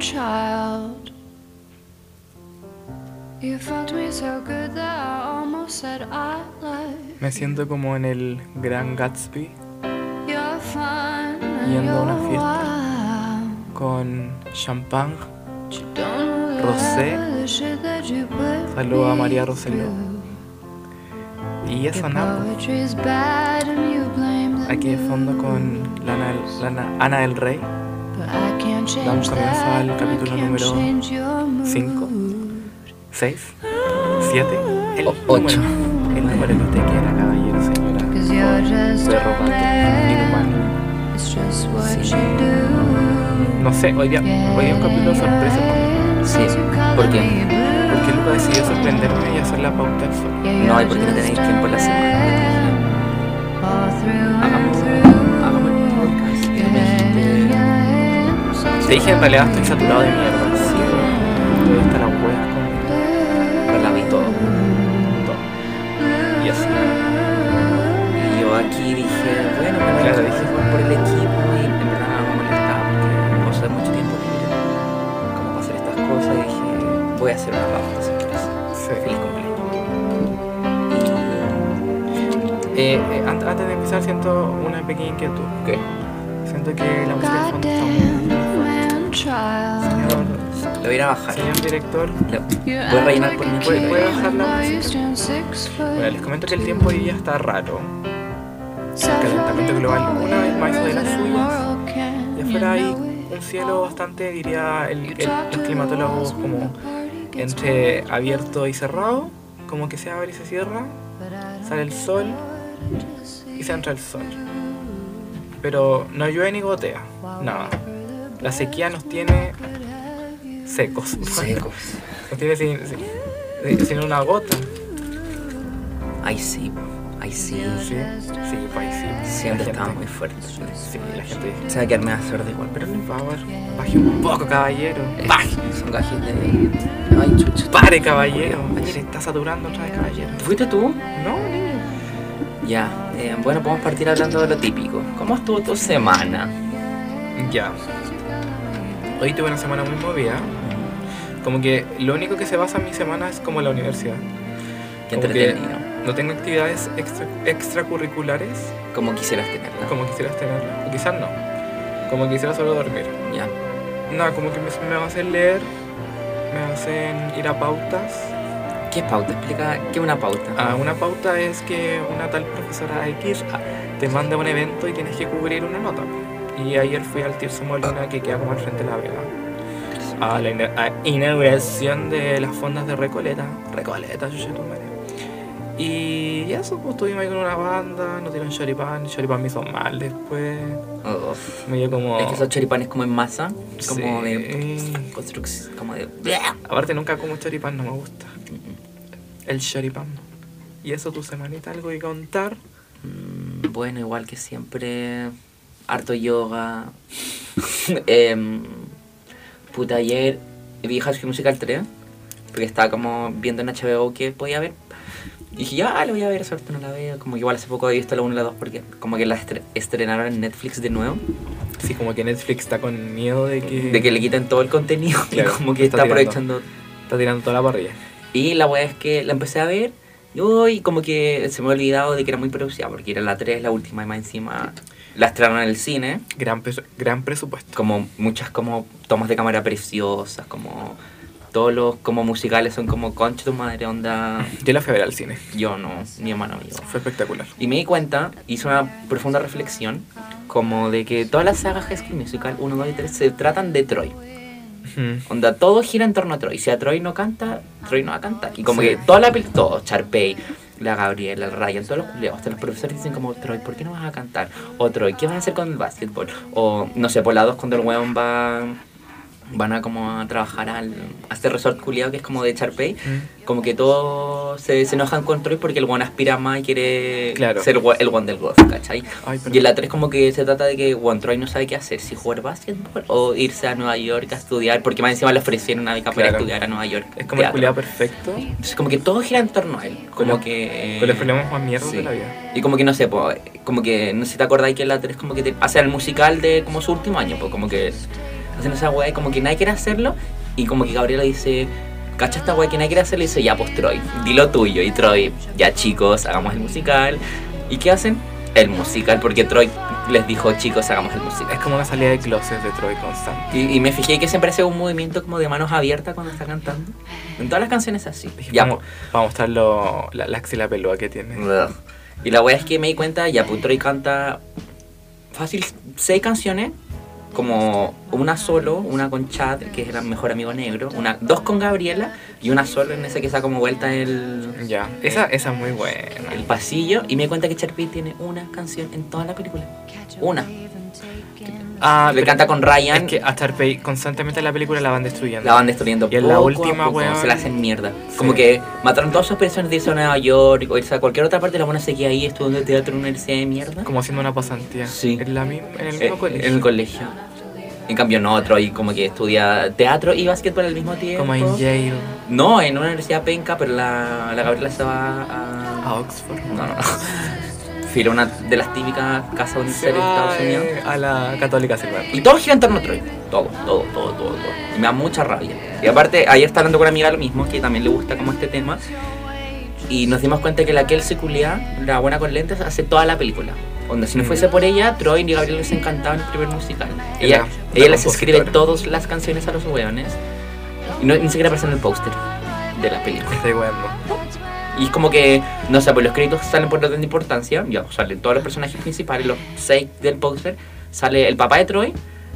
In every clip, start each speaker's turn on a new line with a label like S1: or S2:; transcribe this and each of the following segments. S1: child. You fucked me so good that I almost said I lied.
S2: Me siento como en el Gran Gatsby
S1: You're fine and
S2: Yendo a una
S1: you're wild.
S2: con champán.
S1: But you don't know the
S2: Rosé.
S1: hell of the shit that you put
S2: Saludo a
S1: me
S2: María Rosselló.
S1: through.
S2: Y esa
S1: Your
S2: nada. pues.
S1: poetry's bad and you blame the
S2: Aquí de fondo
S1: news.
S2: con Lana, del- Lana- Ana del Rey.
S1: But I can't change
S2: comienzo
S1: that,
S2: al
S1: I
S2: capítulo
S1: can't
S2: número
S1: change your
S2: cinco.
S1: mood.
S2: 6, 7, el
S3: O- ocho.
S2: número. El número que usted quiera, caballero, señora.
S1: Cause you're just
S2: Perro,
S1: a
S2: pato,
S1: man.
S2: inhumano.
S1: It's just what you do.
S2: No sé, hoy día, hoy día un capítulo sorpresa para mí.
S3: Sí, ¿por qué?
S2: Porque Luca decidió sorprenderme y hacer la pauta al sol.
S3: No, y porque no tenéis tiempo en la semana.
S2: Hagamos, hagamos el podcast. Y tú me dijiste-
S1: semana.
S2: Te dije, en realidad estoy saturado de mierda. Así que voy a estar a hueas con
S3: Pero la vi todo.
S2: todo. Y así.
S3: Y yo aquí dije, bueno, me voy
S2: Claro,
S3: a
S2: dije,
S3: jugar por el equipo y en verdad no me molestaba porque gozo de mucho tiempo libre como para hacer estas cosas y dije, voy a hacer una pauta si quieres. Feliz cumpleaños.
S2: Eh, eh, an- antes de empezar siento una pequeña inquietud.
S3: Y... ¿Qué?
S2: Siento que la música de fondo está
S1: Goddamn
S2: muy...
S1: man child.
S2: Señor-
S3: Lo voy a ir a bajar.
S2: Señor director,
S3: Lo-
S1: You
S3: Voy a
S1: act
S3: rellenar
S1: like
S3: por
S1: a
S3: mi
S2: ¿puede, puede
S3: cuenta.
S2: bajar la
S1: boy, you
S2: música?
S1: stand six
S2: Bueno,
S1: foot.
S2: les comento que el tiempo hoy día está raro. El calentamiento global una vez más hizo de las suyas. Y afuera hay un cielo bastante, diría el, el- los climatólogos, como entre abierto y cerrado. Como que se abre y se cierra. Sale el sol y se entra el sol. Pero no llueve ni gotea. Nada. La sequía nos tiene secos.
S3: Secos.
S2: Nos tiene sin, sin- sin- sin una gota.
S3: Ay sí, ay sí.
S2: Sí, sí, país, sí.
S3: Siempre
S2: La
S3: estaba
S2: gente-
S3: muy fuerte.
S2: Sí, la gente dice,
S3: Se va a quedar medio sordo igual, pero
S2: pero
S3: no
S2: por favor, baje un poco, caballero. Baje.
S3: importa. Son gajes de... Ay, chucha.
S2: Pare, caballero. Se está saturando otra vez, caballero.
S3: ¿Fuiste tú?
S2: No, niño.
S3: Ya, eh, bueno, podemos partir hablando de lo típico. ¿Cómo estuvo tu semana?
S2: Ya. Hoy tuve una semana muy movida. Como que lo único que se basa en mi semana es como la universidad.
S3: Qué
S2: Como que-
S3: entretenido.
S2: No tengo actividades extra- extracurriculares
S3: Como quisieras tenerla.
S2: como quisieras tenerlas. O quizás no. Como quisiera solo dormir.
S3: Ya.
S2: Nada, como que me, me hacen leer, me hacen ir a pautas.
S3: ¿Qué es pauta? Explica, ¿qué es una pauta?
S2: Ah, una pauta es que una tal profesora X ah, te manda a un evento y tienes que cubrir una nota. Y ayer fui al Tirso Molina, que queda como al frente de la vega, a la ina- a inauguración de las fondas de Recoleta. Recoleta, yo tu madre. Y eso, pues estuvimos ahí con una banda, nos dieron choripán, choripán me hizo mal después.
S3: Uf.
S2: Me dio como.
S3: Oh. Es que esos choripanes como en masa, como
S2: Sí.
S3: de construcción, como de...
S2: Aparte, nunca como choripán, no me gusta. El choripán. Y eso, tu semanita, algo que contar.
S3: Mm, Bueno, igual que siempre, harto yoga. Em, puta, ayer vi High School Musical 3, porque estaba como viendo en HBO que podía ver. Y dije, ya, ah, lo voy a ver, suerte no la veo. Como que igual hace poco he visto la 1 y la 2 porque como que la estre- estrenaron en Netflix de nuevo.
S2: Sí, como que Netflix está con miedo de que.
S3: De que le quiten todo el contenido
S2: Mm. Claro,
S3: y como que
S2: está
S3: está,
S2: tirando.
S3: aprovechando
S2: Está tirando toda la parrilla.
S3: Y la weá es que la empecé a ver y uy, como que se me ha olvidado de que era muy producida, porque era la 3, la última y más encima la estrenaron en el cine,
S2: Gran, pres- gran presupuesto.
S3: como muchas como tomas de cámara preciosas, como todos los como musicales son como concha tu madre onda,
S2: Yo la fui a ver al cine.
S3: yo no, mi hermano amigo.
S2: Fue espectacular.
S3: Y me di cuenta, hice una profunda reflexión, como de que todas las sagas High School Musical 1, 2 y 3 se tratan de Troy. Onda, todo gira en torno a Troy. Si a Troy no canta, Troy no va a cantar. Y como
S2: Sí.
S3: que toda la película, todo, Charpey, la Gabriela, el Ryan, todos los culeos, hasta los profesores dicen como, Troy, ¿por qué no vas a cantar? O Troy, ¿qué vas a hacer con el básquetbol? O, no sé, por la dos, cuando el weón va, van a como a trabajar al, a este resort culeado que es como de Charpey, como que todos se, se enojan con Troy porque el weón aspira más y quiere
S2: Claro.
S3: ser we- el weón del golf, ¿cachai?
S2: Ay, perdón.
S3: Y en la 3 como que se trata de que Juan Troy no sabe qué hacer, si jugar básquetbol o irse a Nueva York a estudiar, porque más encima le ofrecieron una beca para
S2: Claro.
S3: estudiar a Nueva York.
S2: Es como el
S3: teatro.
S2: culiado perfecto.
S3: Entonces como que todo gira en torno a él,
S2: Con
S3: como
S2: los-
S3: que...
S2: Con los problemas más mierdas
S3: sí.
S2: de la vida.
S3: Y como que no sé, po, como que no sé si te acordáis que en la 3 como que te, hacen el musical de como su último año, pues como que... hacen esa weá y como que nadie quiere hacerlo. Y como que Gabriela dice, cacha esta weá que nadie quiere hacerlo. Y dice, ya pues Troy, dilo tuyo. Y Troy, ya chicos, hagamos el musical. ¿Y qué hacen? El musical, porque Troy les dijo, chicos, hagamos el musical.
S2: Es como una salida de closet de Troy Constant.
S3: Y, y me fijé que siempre hace un movimiento como de manos abiertas cuando está cantando. En todas las canciones así.
S2: Dije,
S3: Ya,
S2: vamos, vamos a mostrar lo- la, la axila peluda que tiene.
S3: Ugh. Y la wea es que me di cuenta, ya pues, Troy canta fácil seis canciones, como una solo, una con Chad, que es el mejor amigo negro, una, dos con Gabriela y una solo en esa que está como vuelta el,
S2: Ya, esa, esa es muy buena.
S3: el pasillo. Y me di cuenta que Charpy tiene una canción en toda la película. Una.
S2: Ah,
S3: Le
S2: pero
S3: canta con Ryan,
S2: Es que a Tarpey constantemente en la película la van destruyendo.
S3: la van destruyendo
S2: Y en la
S3: poco a
S2: última,
S3: poco,
S2: weón.
S3: se la hacen mierda.
S2: Sí.
S3: Como que mataron todas sus personas de irse a Nueva York o irse a cualquier otra parte, la buena seguía ahí estudiando teatro en una universidad de mierda.
S2: Como haciendo una pasantía.
S3: Sí.
S2: En, la misma- en el
S3: Eh,
S2: mismo colegio.
S3: En el colegio. En cambio, no, Troy como que estudia teatro y básquetbol al mismo tiempo.
S2: Como en Yale,
S3: No, en una universidad penca, pero la, la Gabriela estaba a...
S2: a Oxford.
S3: No, no, no. Filo, una de las típicas casas
S2: Se
S3: universitarias de
S2: va,
S3: Estados Unidos.
S2: eh, a la católica silvana.
S3: Y todo gira en torno a Troy. Todo, todo, todo, todo, todo. Y me da mucha rabia. Y aparte, ayer estaba hablando con una amiga lo mismo, que también le gusta como este tema. Y nos dimos cuenta que la Kelsey Culia, la buena con lentes, hace toda la película. Onda, si no
S2: Mm.
S3: fuese por ella, Troy ni Gabriel les encantaba en el primer musical.
S2: Era
S3: Ella,
S2: la
S3: ella les
S2: compositora.
S3: escribe todas las canciones a los hueones. Y no, ni siquiera aparece en el póster de la película.
S2: Estoy bueno.
S3: Y es como que, no sé, pues los créditos salen por orden de importancia, ya salen todos los personajes principales, los seis del póster, sale el papá de Troy,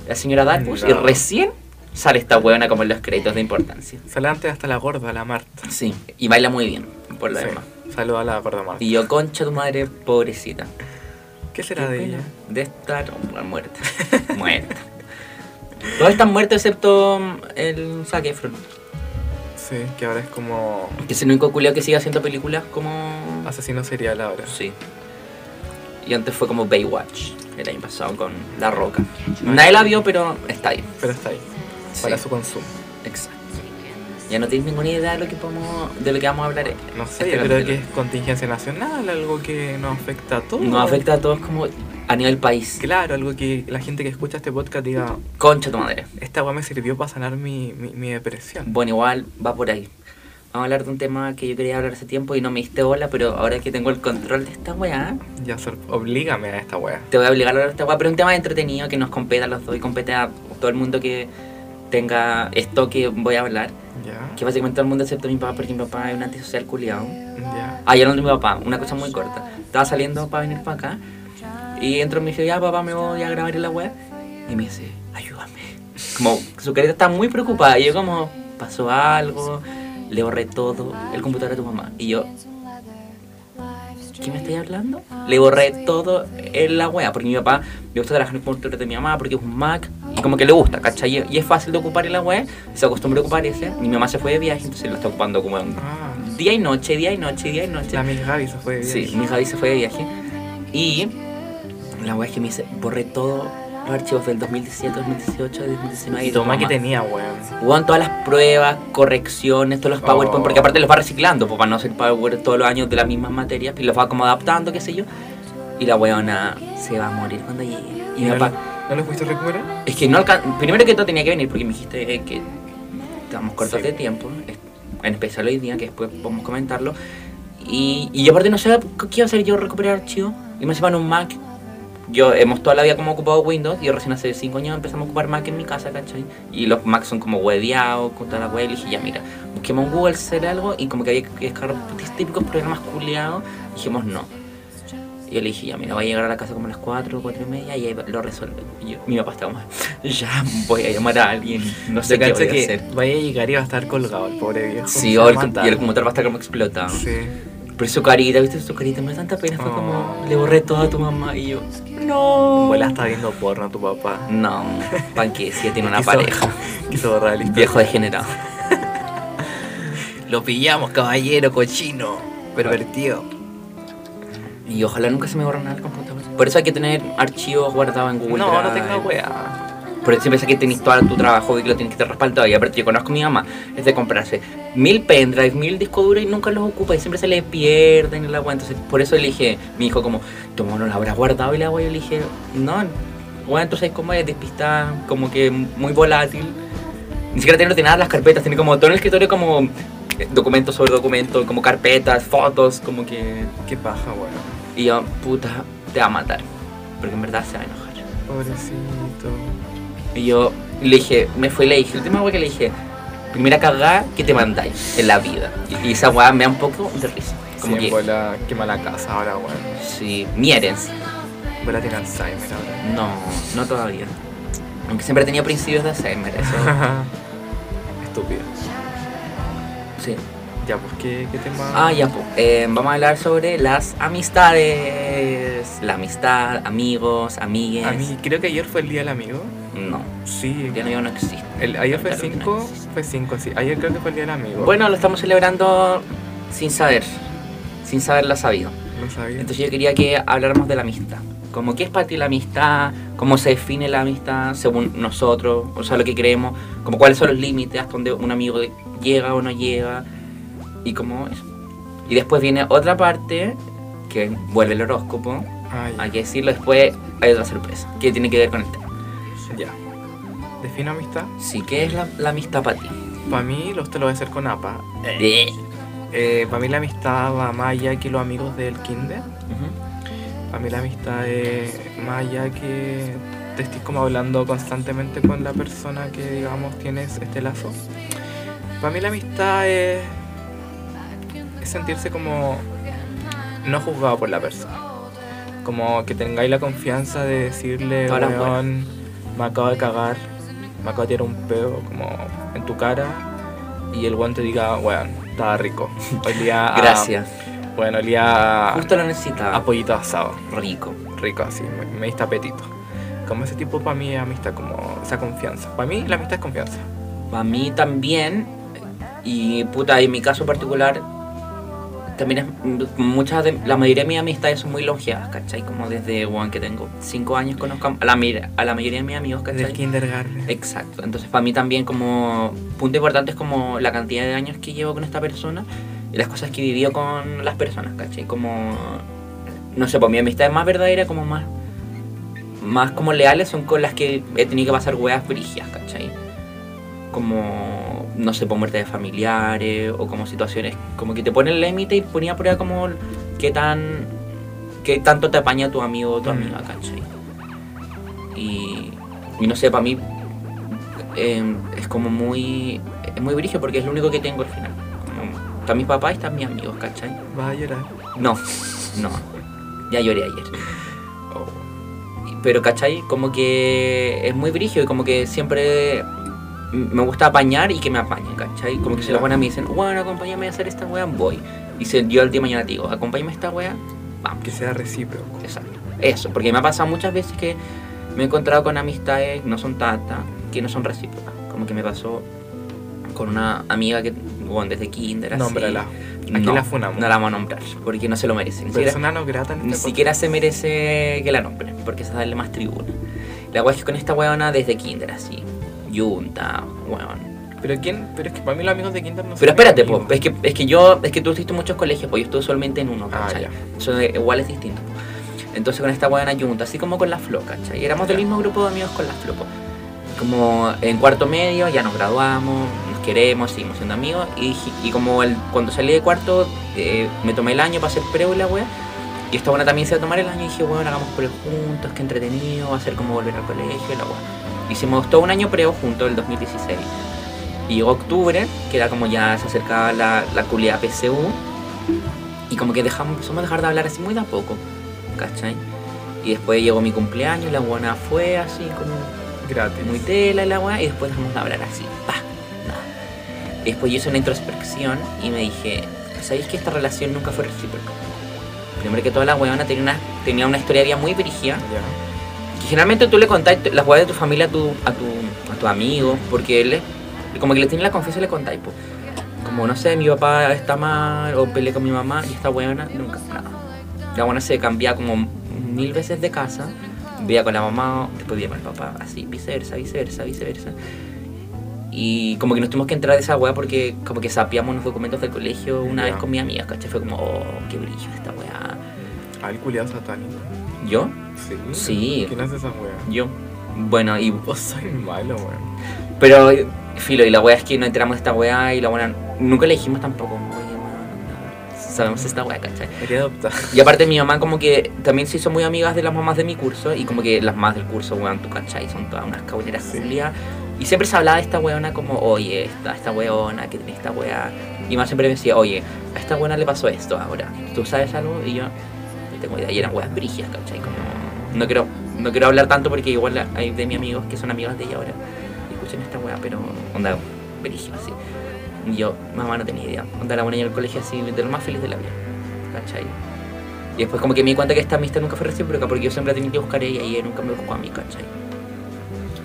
S3: la señora Darkus, y
S2: No.
S3: recién sale esta huevona como en los créditos de importancia.
S2: Sale antes hasta la gorda, la Marta.
S3: Sí, y baila muy bien, por lo
S2: Sí.
S3: demás.
S2: Saluda a la gorda Marta.
S3: Y yo, concha tu madre, pobrecita.
S2: ¿Qué será de ella?
S3: De estar oh, muerta. muerta. Todos están muertos excepto mm, el Zac Efron,
S2: Sí, que ahora es como
S3: que es el único culiao que sigue haciendo películas como...
S2: asesino serial ahora.
S3: Sí. Y antes fue como Baywatch, el año pasado con La Roca. Nadie la vio, pero está ahí.
S2: Pero está ahí,
S3: Sí,
S2: para su consumo.
S3: Exacto. Ya no tenéis ninguna idea de lo que, podemos, de lo que vamos a hablar.
S2: No sé,
S3: este
S2: yo creo
S3: capítulo.
S2: que es contingencia nacional, algo que nos afecta a todos.
S3: Nos afecta a todos como a nivel país.
S2: Claro, algo que la gente que escucha este podcast diga,
S3: Concha tu madre.
S2: esta weá me sirvió para sanar mi, mi, mi depresión.
S3: Bueno, igual va por ahí. Vamos a hablar de un tema que yo quería hablar hace tiempo y no me diste bola, pero ahora que tengo el control de esta weá,
S2: Ya, sor- oblígame a esta weá.
S3: te voy a obligar a hablar de esta weá. Pero es un tema entretenido que nos compete a los dos y compete a todo el mundo que tenga esto que voy a hablar.
S2: Ya,
S3: Que básicamente todo el mundo excepto mi papá, porque mi papá es un antisocial culiado.
S2: ya.
S3: Ah, ya no de mi papá, una cosa muy corta. Estaba saliendo para venir para acá y entro y me dice, ya papá, me voy a grabar en la web. Y me dice, ayúdame. Como su carita está muy preocupada. Y yo como, pasó algo, le borré todo, el computador de tu mamá. Y yo, ¿qué me estáis hablando? Le borré todo en la web, porque mi papá le gusta trabajar en el computador de mi mamá, porque es un Mac, y como que le gusta, ¿cachai? Y es fácil de ocupar en la web, se acostumbra a ocupar ese. Mi mamá se fue de viaje, entonces lo está ocupando como en
S2: Ah,
S3: día y noche, día y noche, día y noche.
S2: la Miss Gaby se fue de
S3: Sí,
S2: viaje.
S3: mi Javi se fue de viaje. Y la weá es que me dice, borré todos los archivos del 2017, 2018, 2019.
S2: Y toma que
S3: mamá.
S2: tenía, weón.
S3: Hubo todas las pruebas, correcciones, todos los PowerPoint,
S2: Oh.
S3: porque aparte los va reciclando, pues para no hacer PowerPoint todos los años de las mismas materias, y los va como adaptando, qué sé yo. Y la weona se va a morir cuando llegue. Y mi
S2: no,
S3: papá,
S2: ¿No lo fuiste a recuperar?
S3: es que no alcan- Primero que todo tenía que venir porque me dijiste eh, que estamos cortos
S2: Sí.
S3: de tiempo, es- en especial hoy día, que después podemos comentarlo. Y, y yo aparte no sé qué iba a hacer yo recuperar archivos. Y me llevan un Mac. Yo hemos toda la vida como ocupado Windows y recién hace 5 años empezamos a ocupar Mac en mi casa, ¿cachai? Y los Macs son como hueveados, con toda la web. Y dije, ya mira, busquemos en Google hacer algo y como que había que descargar típicos programas culiados. Dijimos, no. Y yo le dije, ya, mira, voy a llegar a la casa como a las 4, 4 y media y ahí lo resuelve. Y yo- mi papá estaba mal. Ya voy a llamar a alguien. No sé
S2: Yo
S3: qué
S2: cacho
S3: voy a
S2: que
S3: hacer.
S2: vaya a llegar y va a estar colgado el pobre viejo.
S3: Sí,
S2: Se
S3: o
S2: va a
S3: el-
S2: matar.
S3: y el computador va a estar como explotado.
S2: Sí.
S3: Pero su carita, viste, su carita me da tanta pena. Fue como,
S2: Oh.
S3: le borré todo a tu mamá y yo, no.
S2: Abuela está viendo porno a tu papá.
S3: No, pan que si ya tiene una
S2: Quiso-
S3: pareja.
S2: Quiso borrar el historial.
S3: Viejo degenerado.
S2: Lo pillamos, caballero, cochino. Pervertido.
S3: Y ojalá nunca se me borre nada del computador. Por eso hay que tener archivos guardados en Google
S2: No, no
S3: Drive.
S2: tenga wea.
S3: Por eso siempre sé que tenés todo tu trabajo y que lo tienes que estar respaldado. Y aparte, yo conozco a mi mamá, es de comprarse mil pendrives, mil discos duros y nunca los ocupa y siempre se le pierden el agua. Entonces, por eso le dije, mi hijo, como, tu mamá no la habrá guardado y la agua. Yo le dije, no, Bueno, tú sabes cómo es, despistada, como que muy volátil. Ni siquiera tiene ordenadas las carpetas, tiene como todo en el escritorio como eh, documentos sobre documentos, como carpetas, fotos, como que...
S2: Qué paja, weón.
S3: Y yo, puta, te va a matar. Porque en verdad se va a enojar.
S2: Pobrecito.
S3: Y yo le dije, me fue y le dije, la última weá que le dije, primera cagada que te mandáis en la vida. Y, y esa weá me da un poco de risa. Como
S2: Como sí,
S3: que,
S2: bola, quema la casa ahora, weón.
S3: sí, mi herencia.
S2: Bola tiene Alzheimer ahora.
S3: No, no todavía. Aunque siempre he tenido principios de Alzheimer, eso.
S2: Estúpido.
S3: Sí.
S2: Ya, pues, ¿qué, qué tema?
S3: Ah, ya, po. Eh, vamos a hablar sobre las amistades. La amistad, amigos, amigues.
S2: A mí, creo que ayer fue el día del amigo.
S3: No,
S2: Sí.
S3: ya no, ya no existe.
S2: El, ayer fue
S3: Claro que no
S2: 5,
S3: existe.
S2: fue 5, sí. Ayer creo que fue el día del amigo.
S3: Bueno, lo estamos celebrando sin saber, sin saberla sabido.
S2: No sabía.
S3: Entonces yo quería que habláramos de la amistad. Como qué es para ti la amistad, cómo se define la amistad según nosotros, o sea, lo que creemos, como cuáles son los límites, hasta dónde un amigo llega o no llega, y cómo es. Y después viene otra parte, que vuelve el horóscopo,
S2: Ah, ya.
S3: hay que decirlo, después hay otra sorpresa, que tiene que ver con el tema.
S2: ya. Defino amistad.
S3: Sí, ¿qué es la, la amistad para ti?
S2: Para mí, los te lo voy a hacer con APA.
S3: Eh.
S2: para mí la amistad va más allá que los amigos del kinder.
S3: Ujú.
S2: Para mí la amistad es más allá que te estés como hablando constantemente con la persona que digamos tienes este lazo. Para mí la amistad es, es sentirse como no juzgado por la persona. Como que tengáis la confianza de decirle,
S3: Todas las
S2: weón, me acabo de cagar, me acabo de tirar un pedo como en tu cara. Y el weón te diga, weón, estaba rico. Olía a,
S3: Gracias,
S2: Bueno, olía a,
S3: Ah, justo lo
S2: a
S3: necesitaba.
S2: pollito asado
S3: pues, Rico.
S2: rico así, me, me diste apetito. Como ese tipo para mí es amistad, como esa confianza. Para mí la amistad es confianza.
S3: Para mí también, y puta, en mi caso particular, también es, mm, muchas de- la mayoría de mis amistades son muy longevas, ¿cachai? Como desde bueno, que tengo 5 años conozco a la, mi- a la mayoría de mis amigos,
S2: Del
S3: ¿cachai?
S2: kindergarten.
S3: Exacto, entonces para mí también como punto importante es como la cantidad de años que llevo con esta persona y las cosas que he vivido con las personas, ¿cachai? Como, no sé, pues mi amistad más verdadera, como más, más como leales son con las que he tenido que pasar weas brigias, ¿cachai? Como, no sé, por muerte de familiares o como situaciones como que te ponen el límite y ponía a prueba como qué tan, qué tanto te apaña tu amigo o tu
S2: Mm.
S3: amiga, ¿cachai? Y, y no sé, para mí eh, es como muy, es muy brillo porque es lo único que tengo al final. Como, Están mis papás y están mis amigos, ¿cachai?
S2: Vas a llorar.
S3: No, no. Ya lloré ayer.
S2: Oh.
S3: Pero, ¿cachai? Como que es muy brígido y como que siempre m- me gusta apañar y que me apañen, ¿cachai? Como que si
S2: Ya.
S3: los buenas me dicen, bueno, acompáñame a hacer esta wea, voy. Y si yo al día de mañana te digo, acompáñame a esta wea, vamos.
S2: Que sea recíproco.
S3: Exacto. Eso, porque me ha pasado muchas veces que me he encontrado con amistades que no son tantas, que no son recíprocas. Como que me pasó con una amiga que, bueno, desde kinder, así.
S2: Nómbrala. Aquí
S3: No,
S2: la funamos.
S3: No la vamos a nombrar, porque no se lo merece. Ni siquiera-
S2: Persona no grata en
S3: ni
S2: este
S3: siquiera se merece que la nombren, porque es darle más tribuna. La guay es que con esta weona desde kinder, así. Yunta, weón.
S2: podcast. Pero quién, pero es que para mí los amigos de kinder no son
S3: Pero espérate,
S2: amigos.
S3: po, es que, es que yo, es que tú estuviste en muchos colegios, pues yo estuve solamente en uno,
S2: Ah,
S3: ¿cachai?
S2: ya.
S3: Eso de- igual es distinto. po. Entonces con esta weona Yunta, así como con la Flo, ¿cachai? Éramos del
S2: Ya.
S3: mismo grupo de amigos con la Flo, po. Como en cuarto medio, ya nos graduamos, nos queremos, seguimos siendo amigos. Y, y como el, cuando salí de cuarto, eh, me tomé el año para hacer preu y la wea. Y esta buena también se va a tomar el año y dije, bueno, hagamos preo juntos, qué entretenido, va a ser como volver al colegio, la wea. Hicimos todo un año preo juntos, el 2016. Y llegó octubre, que era como ya se acercaba la, la culia PSU. Y como que dejamos, empezamos a dejar de hablar así muy de a poco, ¿cachai? Y después llegó mi cumpleaños, la buena fue así como
S2: Gratis.
S3: muy tela el agua y después dejamos de hablar así. Pa, nada. Después yo hice una introspección y me dije, ¿sabéis que esta relación nunca fue recíproca? Primero que toda la weona tenía una, tenía una historia de vida muy dirigida.
S2: Ya.
S3: Que generalmente tú le contás t- las weas de tu familia a tu, a tu, a tu amigo, porque él es- como que le tiene la confianza y le contáis. po. Como no sé, mi papá está mal o peleé con mi mamá y esta weona nunca, nada. La buena se cambia como mil veces de casa. Vivía con la mamá, después vivía con el papá, así, viceversa, viceversa, viceversa. Y como que nos tuvimos que entrar de esa weá porque como que sapeamos los documentos del colegio una
S2: Ya.
S3: vez con mi amiga, ¿cachai? Fue como, oh, qué brillo esta weá.
S2: Ah, el culiado satánico.
S3: ¿Yo?
S2: Sí.
S3: Sí.
S2: ¿Quién hace esa wea?
S3: Yo. Bueno, y.
S2: Vos soy malo, weón.
S3: Pero, filo, y la wea es que no enteramos de esta wea y la buena. Nunca le dijimos tampoco, oye, weón, sabemos esta wea, ¿cachai?
S2: Quería adoptar.
S3: Y aparte, mi mamá, como que también se hizo muy amigas de las mamás de mi curso y como que las mamás del curso, weón, tú, ¿cachai? Son todas unas cabuleras
S2: Sí.
S3: culias. Y siempre se hablaba de esta weona como, oye, esta, esta weona, que tiene esta wea. Y más siempre me decía, oye, a esta weona le pasó esto ahora. ¿Tú sabes algo? Y yo, no tengo idea. Y eran weas brigias, ¿cachai? Como, no quiero, no quiero hablar tanto porque igual hay de mis amigos que son amigos de ella ahora. y Escuchan esta wea, pero onda brigia, así. Y yo, mamá, no tenía idea. Onda la buena en el colegio así, de lo más feliz de la vida. ¿Cachai? Y después como que me di cuenta que esta amistad nunca fue recíproca porque yo siempre la tenía que buscar a ella y ella nunca me buscó a mí, ¿cachai?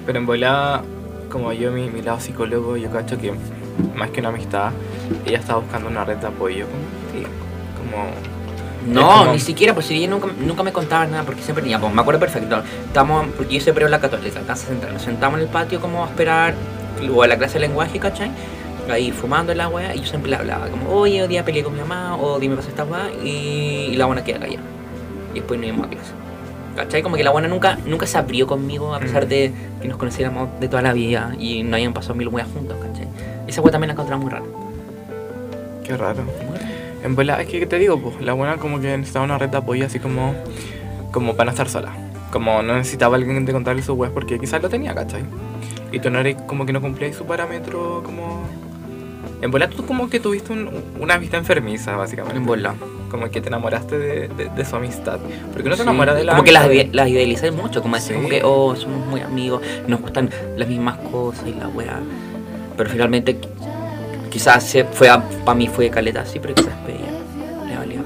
S2: Pero en volada, como yo, mi, mi lado psicólogo, yo cacho que más que una amistad, ella estaba buscando una red de apoyo. Como, sí, como
S3: No,
S2: como-
S3: ni siquiera, pues si ella nunca, nunca me contaba nada, porque siempre tenía, pues me acuerdo perfecto, estamos, porque yo siempre hablo la católica, casa central, nos sentamos en el patio como a esperar, o a la clase de lenguaje, ¿cachai? Ahí fumando en la wea, y yo siempre le hablaba, como, oye, hoy día peleé con mi mamá, o dime pasó esta wea, y, y la buena queda callada. Y después nos íbamos a clase. ¿Cachai? Como que la buena nunca, nunca se abrió conmigo, a pesar
S2: Mm.
S3: de que nos conociéramos de toda la vida y no hayan pasado mil weas juntos, ¿cachai? Esa wea también la encontramos muy rara.
S2: Qué raro.
S3: Muy rara.
S2: En verdad, es que ¿qué te digo, pues, la buena como que necesitaba una red de apoyo así como, como para no estar sola. Como no necesitaba alguien de contarle sus weas porque quizás lo tenía, ¿cachai? Y tú no eres como que no cumplías su parámetro como... En verdad tú como que tuviste un- una amistad enfermiza, básicamente.
S3: En bola.
S2: Como que te enamoraste de, de- de su amistad. Porque no te
S3: Sí,
S2: enamoras de la
S3: Como que las,
S2: amistad.
S3: ide- las idealizáis mucho, como decís,
S2: Sí.
S3: como que, oh, somos muy amigos, nos gustan las mismas cosas y la weá. Pero finalmente, qui- quizás se fue para mí fue caleta así, pero quizás para ella le valía.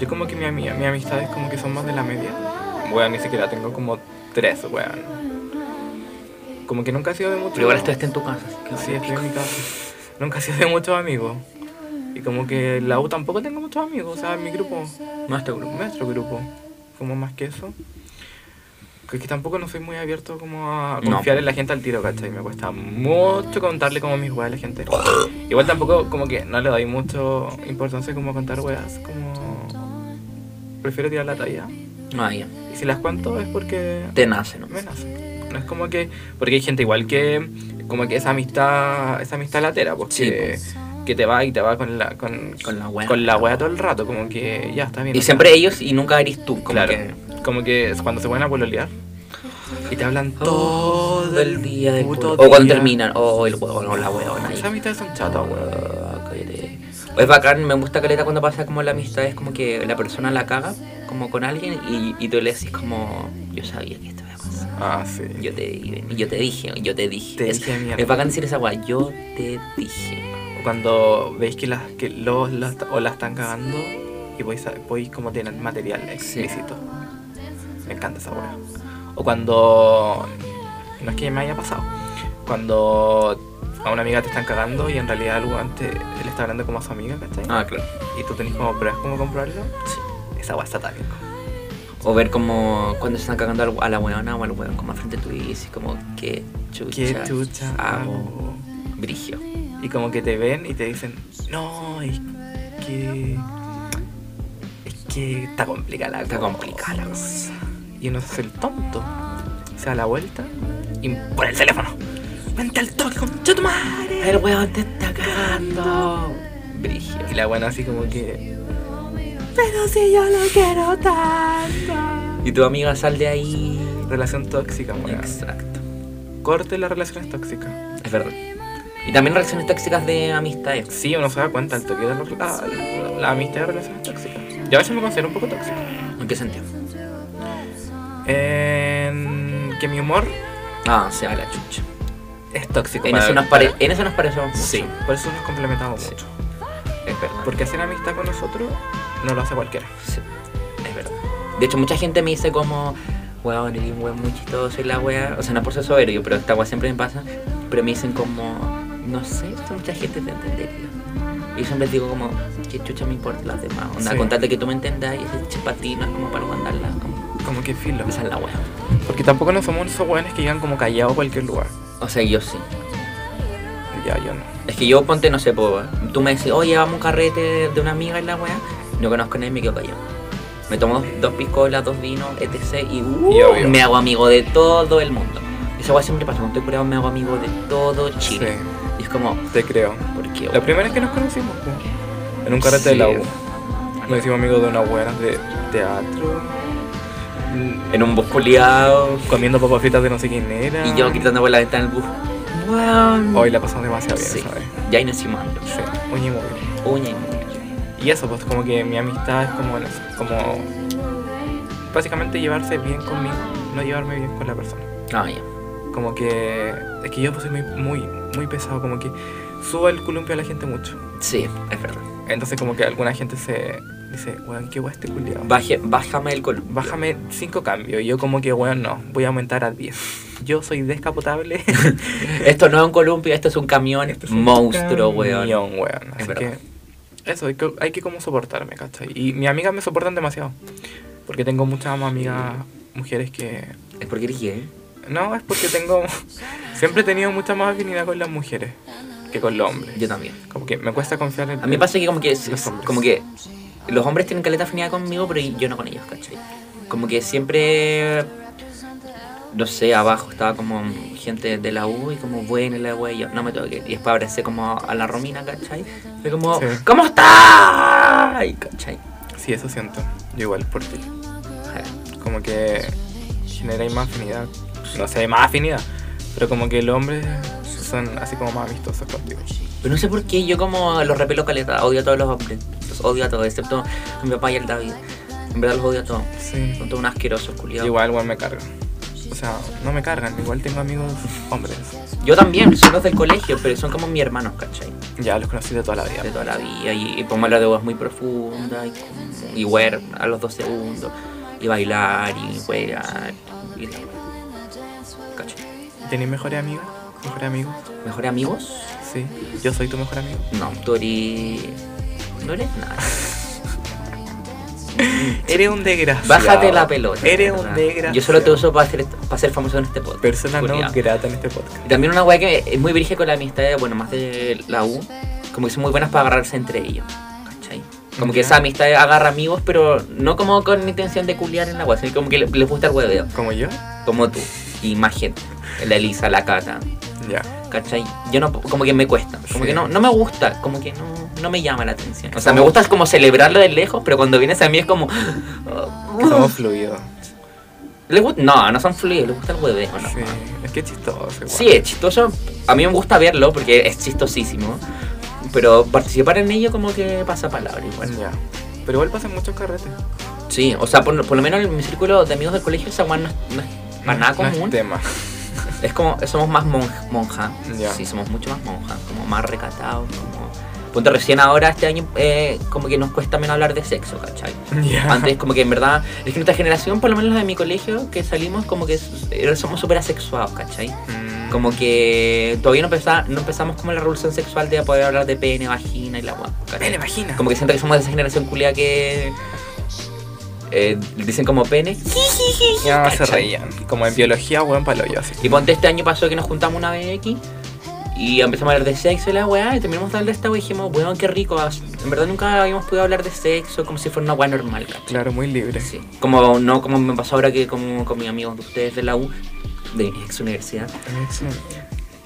S2: Yo como que mi, ami- mi amistad es como que son más de la media. Weón, ni siquiera tengo como tres, weón. Como que nunca ha sido de mucho...
S3: Pero igual estuviste en tu casa, así que
S2: Sí,
S3: vale,
S2: estoy
S3: pico.
S2: en mi casa. Nunca he sido de muchos amigos. Y como que en la U tampoco tengo muchos amigos, o sea, en mi grupo,
S3: No este grupo.
S2: nuestro grupo, como más que eso. Que, que tampoco no soy muy abierto como a
S3: No.
S2: confiar en la gente al tiro, ¿cachai? Me cuesta mucho contarle como mis weas a la gente. Igual tampoco como que no le doy mucho importancia como a contar weas, como... Prefiero tirar la talla.
S3: No, ya.
S2: Y si las cuento es porque
S3: Te nace, ¿no?
S2: menos. No es como que. Porque hay gente igual que. Como que esa amistad. Esa amistad latera, pues.
S3: Sí,
S2: que, que te va y te va con la. Con,
S3: Con la wea.
S2: con la wea todo el rato. Como que ya está bien.
S3: Y
S2: o sea,
S3: siempre ellos y nunca eres tú, como
S2: claro.
S3: que.
S2: Como que es cuando se ponen a pololear. Y te hablan
S3: Oh,
S2: todo el día del
S3: culo.
S2: puto
S3: O cuando
S2: día.
S3: terminan, oh, el huevón o la huevona. ahí.
S2: Esas amistades son chatas, weón.
S3: Ah, cállate. Es bacán, me gusta caleta cuando pasa como la amistad, es como que la persona la caga, como con alguien, y, y tú le decís como, yo sabía que esto iba a pasar.
S2: Ah, sí.
S3: Yo te, yo te dije, yo te dije.
S2: Te
S3: es,
S2: dije, mierda.
S3: es bacán decir esa guay, yo te dije.
S2: O Cuando veis que las que los, las- o la están cagando y podéis, sa- podéis como tener material explícito. Me encanta esa wea. O cuando. No es que me haya pasado. Cuando a una amiga te están cagando y en realidad el weón te- le está hablando como a su amiga, ¿cachai?
S3: Ah, claro.
S2: Y tú tenés como pruebas como comprobarlo.
S3: Sí.
S2: Esa wea está satánico.
S3: O ver como cuando se están cagando al- a la huevona o al huevón como al frente tuyo y decís como, qué chucha.
S2: Qué chucha.
S3: Hago.
S2: hago?
S3: Brigio.
S2: Y como que te ven y te dicen, no, es que. Es que está complicada la
S3: Está
S2: cosa".
S3: complicada la cosa.
S2: Y uno se hace el tonto. Se da la vuelta y por el teléfono. Vente al toque, concha tu madre.
S3: El huevón te está cagando. Brigio.
S2: Y la buena así como que.
S3: Y tu amiga sal de ahí.
S2: Relación tóxica, weón.
S3: Exacto.
S2: Corte las relaciones tóxicas.
S3: Es verdad. Y también reacciones tóxicas de amistades.
S2: Sí, uno se da cuenta al toque de la, la- la- la amistad de relaciones tóxicas. Yo a veces me considero un poco tóxico.
S3: ¿En qué sentido?
S2: En que mi humor
S3: Ah, se va la chucha.
S2: es tóxico.
S3: En
S2: para-
S3: eso nos, pare en eso nos parecemos. mucho.
S2: Sí, por eso nos complementamos
S3: Sí.
S2: mucho.
S3: Es verdad.
S2: Porque hacer amistad con nosotros no lo hace cualquiera.
S3: Sí, Es verdad. De hecho, mucha gente me dice como, weón, eres un weón muy chistoso y la wea. O sea, no por ser soberbio, pero esta wea siempre me pasa. Pero me dicen como, no sé, esto mucha gente te entendería. Y yo siempre digo como, qué chucha me importa las demás. Onda,
S2: Sí.
S3: con tal de que tú me entendas y ese chipatín no es como para mandarla. Como,
S2: Como que filo.
S3: esa es la wea.
S2: Porque tampoco no somos esos weones que llegan como callados a cualquier lugar.
S3: O sea, yo sí.
S2: Ya, yo no.
S3: Es que yo ponte, no sé, po, tú me decís, oye, vamos a un carrete de una amiga y la weá, no conozco a nadie y me quedo callado. Me tomo dos, dos piscolas, dos vinos, etc. Y uh,
S2: Y obvio.
S3: me hago amigo de todo el mundo. Esa guay siempre pasa, cuando estoy curado me hago amigo de todo Chile.
S2: Sí.
S3: Y es como,
S2: Te creo.
S3: ¿por qué?
S2: La primera vez que nos conocimos, po, en un carrete de la U. Nos hicimos amigos de unas buenas de teatro, Mm,
S3: En un bus culiado.
S2: comiendo papas fritas de no sé quién era.
S3: Y yo gritando por la ventana del bus.
S2: Ah. Hoy la pasamos demasiado bien,
S3: Sí,
S2: ¿sabes?
S3: ya nacimos antes.
S2: Sí, un inmóvil.
S3: Uña y mugre.
S2: Y eso, pues como que mi amistad es como, eso, como básicamente llevarse bien conmigo, no llevarme bien con la persona.
S3: Ah, ya.
S2: Como que es que yo pues, soy muy, muy, muy pesado, como que subo el columpio a la gente mucho.
S3: Sí, es verdad.
S2: Entonces como que alguna gente se dice, weón, qué guay este culiado.
S3: Baje- bájame el color.
S2: Bájame 5 cambios. Y yo como que, weón, no, voy a aumentar a 10. Yo soy descapotable.
S3: Esto no es un columpio, esto es un camión
S2: Esto es un
S3: monstruo,
S2: camión,
S3: weón.
S2: weón.
S3: Es
S2: Así
S3: verdad.
S2: que eso, hay que, hay que como soportarme, ¿cachai? Y mis amigas me soportan demasiado. Porque tengo muchas más amigas mujeres que...
S3: Es porque eres gay.
S2: No, es porque tengo... Siempre he tenido mucha más afinidad con las mujeres que con los hombres.
S3: Yo también.
S2: Como que me cuesta confiar en...
S3: A mí me pasa que como que, es-
S2: Los hombres.
S3: como que los hombres tienen caleta afinidad conmigo, pero yo no con ellos, ¿cachai? Como que siempre, no sé, abajo estaba como gente de la U y como buena la U y yo, no me toque. Y después abracé como a la Romina, ¿cachai? Fue como,
S2: Sí.
S3: ¿cómo estás? ¿Cachai?
S2: Sí, eso siento. Yo igual, por ti. Como que generáis más afinidad. No sé, más afinidad. Pero como que los hombres son así como más amistosos contigo.
S3: Pero no sé por qué, yo como los repelo caleta, odio a todos los hombres. Los odio a todos, excepto a mi papá y al David. En verdad los odio a todos.
S2: Sí.
S3: Son todos unos asquerosos, culiados.
S2: Igual, igual me cargan. O sea, no me cargan, igual tengo amigos hombres.
S3: Yo también, son los del colegio, pero son como mis hermanos, ¿cachai?
S2: Ya los conocí de toda la vida.
S3: de toda la vida y, y pongo hablar de voz muy profunda y, como- y huer a los dos segundos y bailar y jugar y esa wea. ¿Cachai?
S2: ¿Tenéis mejores amigos? ¿Mejores amigos?
S3: ¿Mejores amigos?
S2: Sí. ¿Yo soy tu mejor amigo?
S3: No, tú eres... No eres nada.
S2: Eres un desgraciado.
S3: Bájate la pelota.
S2: Eres
S3: ¿verdad?
S2: un desgraciado.
S3: Yo solo te uso para ser, para ser famoso en este podcast.
S2: Persona no
S3: culiao.
S2: grata en este podcast.
S3: Y también una weá que es muy virgen con la amistad, bueno, más de la U, como que son muy buenas para agarrarse entre ellos, ¿cachai? Como que
S2: Ya.
S3: esa amistad agarra amigos, pero no como con intención de culiar en la weá, sino como que le- les gusta el hueveo,
S2: ¿Como yo?
S3: como tú, y más gente, la Elisa, la Cata,
S2: Ya.
S3: ¿cachai? Yo no, como que me cuesta, como
S2: Sí.
S3: que no, no me gusta, como que no, no me llama la atención. O sea, me gusta como celebrarlo de lejos, pero cuando vienes a mí es como... oh,
S2: Somos fluidos.
S3: ¿Le gust- no, no son fluidos, les gusta el hueveo, ¿no?
S2: Sí. Es que es chistoso. Igual.
S3: Sí, es chistoso. A mí me gusta verlo porque es chistosísimo. Pero participar en ello como que pasa palabra igual.
S2: Ya. Pero igual pasan muchos carretes.
S3: Sí, o sea, por, lo- por lo menos en mi círculo de amigos del colegio esa weá no, es- no es para nada
S2: Mm, No- no es
S3: común.
S2: tema.
S3: Es como, somos más monja. monja.
S2: Ya.
S3: Sí, somos mucho más monjas, como más recatados, como... Punto, recién ahora este año eh, como que nos cuesta menos hablar de sexo, ¿cachai?
S2: Ya.
S3: Antes como que en verdad, es que nuestra generación, por lo menos la de mi colegio, que salimos como que eh, somos súper asexuados, ¿cachai?
S2: Mm,
S3: Como que todavía no, empeza- no empezamos como la revolución sexual de poder hablar de pene, vagina y la guapa.
S2: Pene, vagina.
S3: Como que siento que somos de esa generación culia que. eh, dicen como pene.
S2: Ya se
S3: Cacha.
S2: reían. Como en biología, weón, palo yo así.
S3: Y ponte este año pasó que nos juntamos una vez aquí y empezamos a hablar de sexo y la weá. Y terminamos de hablar de esta weá y dijimos, weón, qué rico. ah, En verdad nunca habíamos podido hablar de sexo como si fuera una weá normal, ¿cachai?
S2: Claro, muy libre.
S3: Sí. Como, no, como me pasó ahora que como con mis amigos de ustedes de la U, de mi ex universidad.
S2: Sí,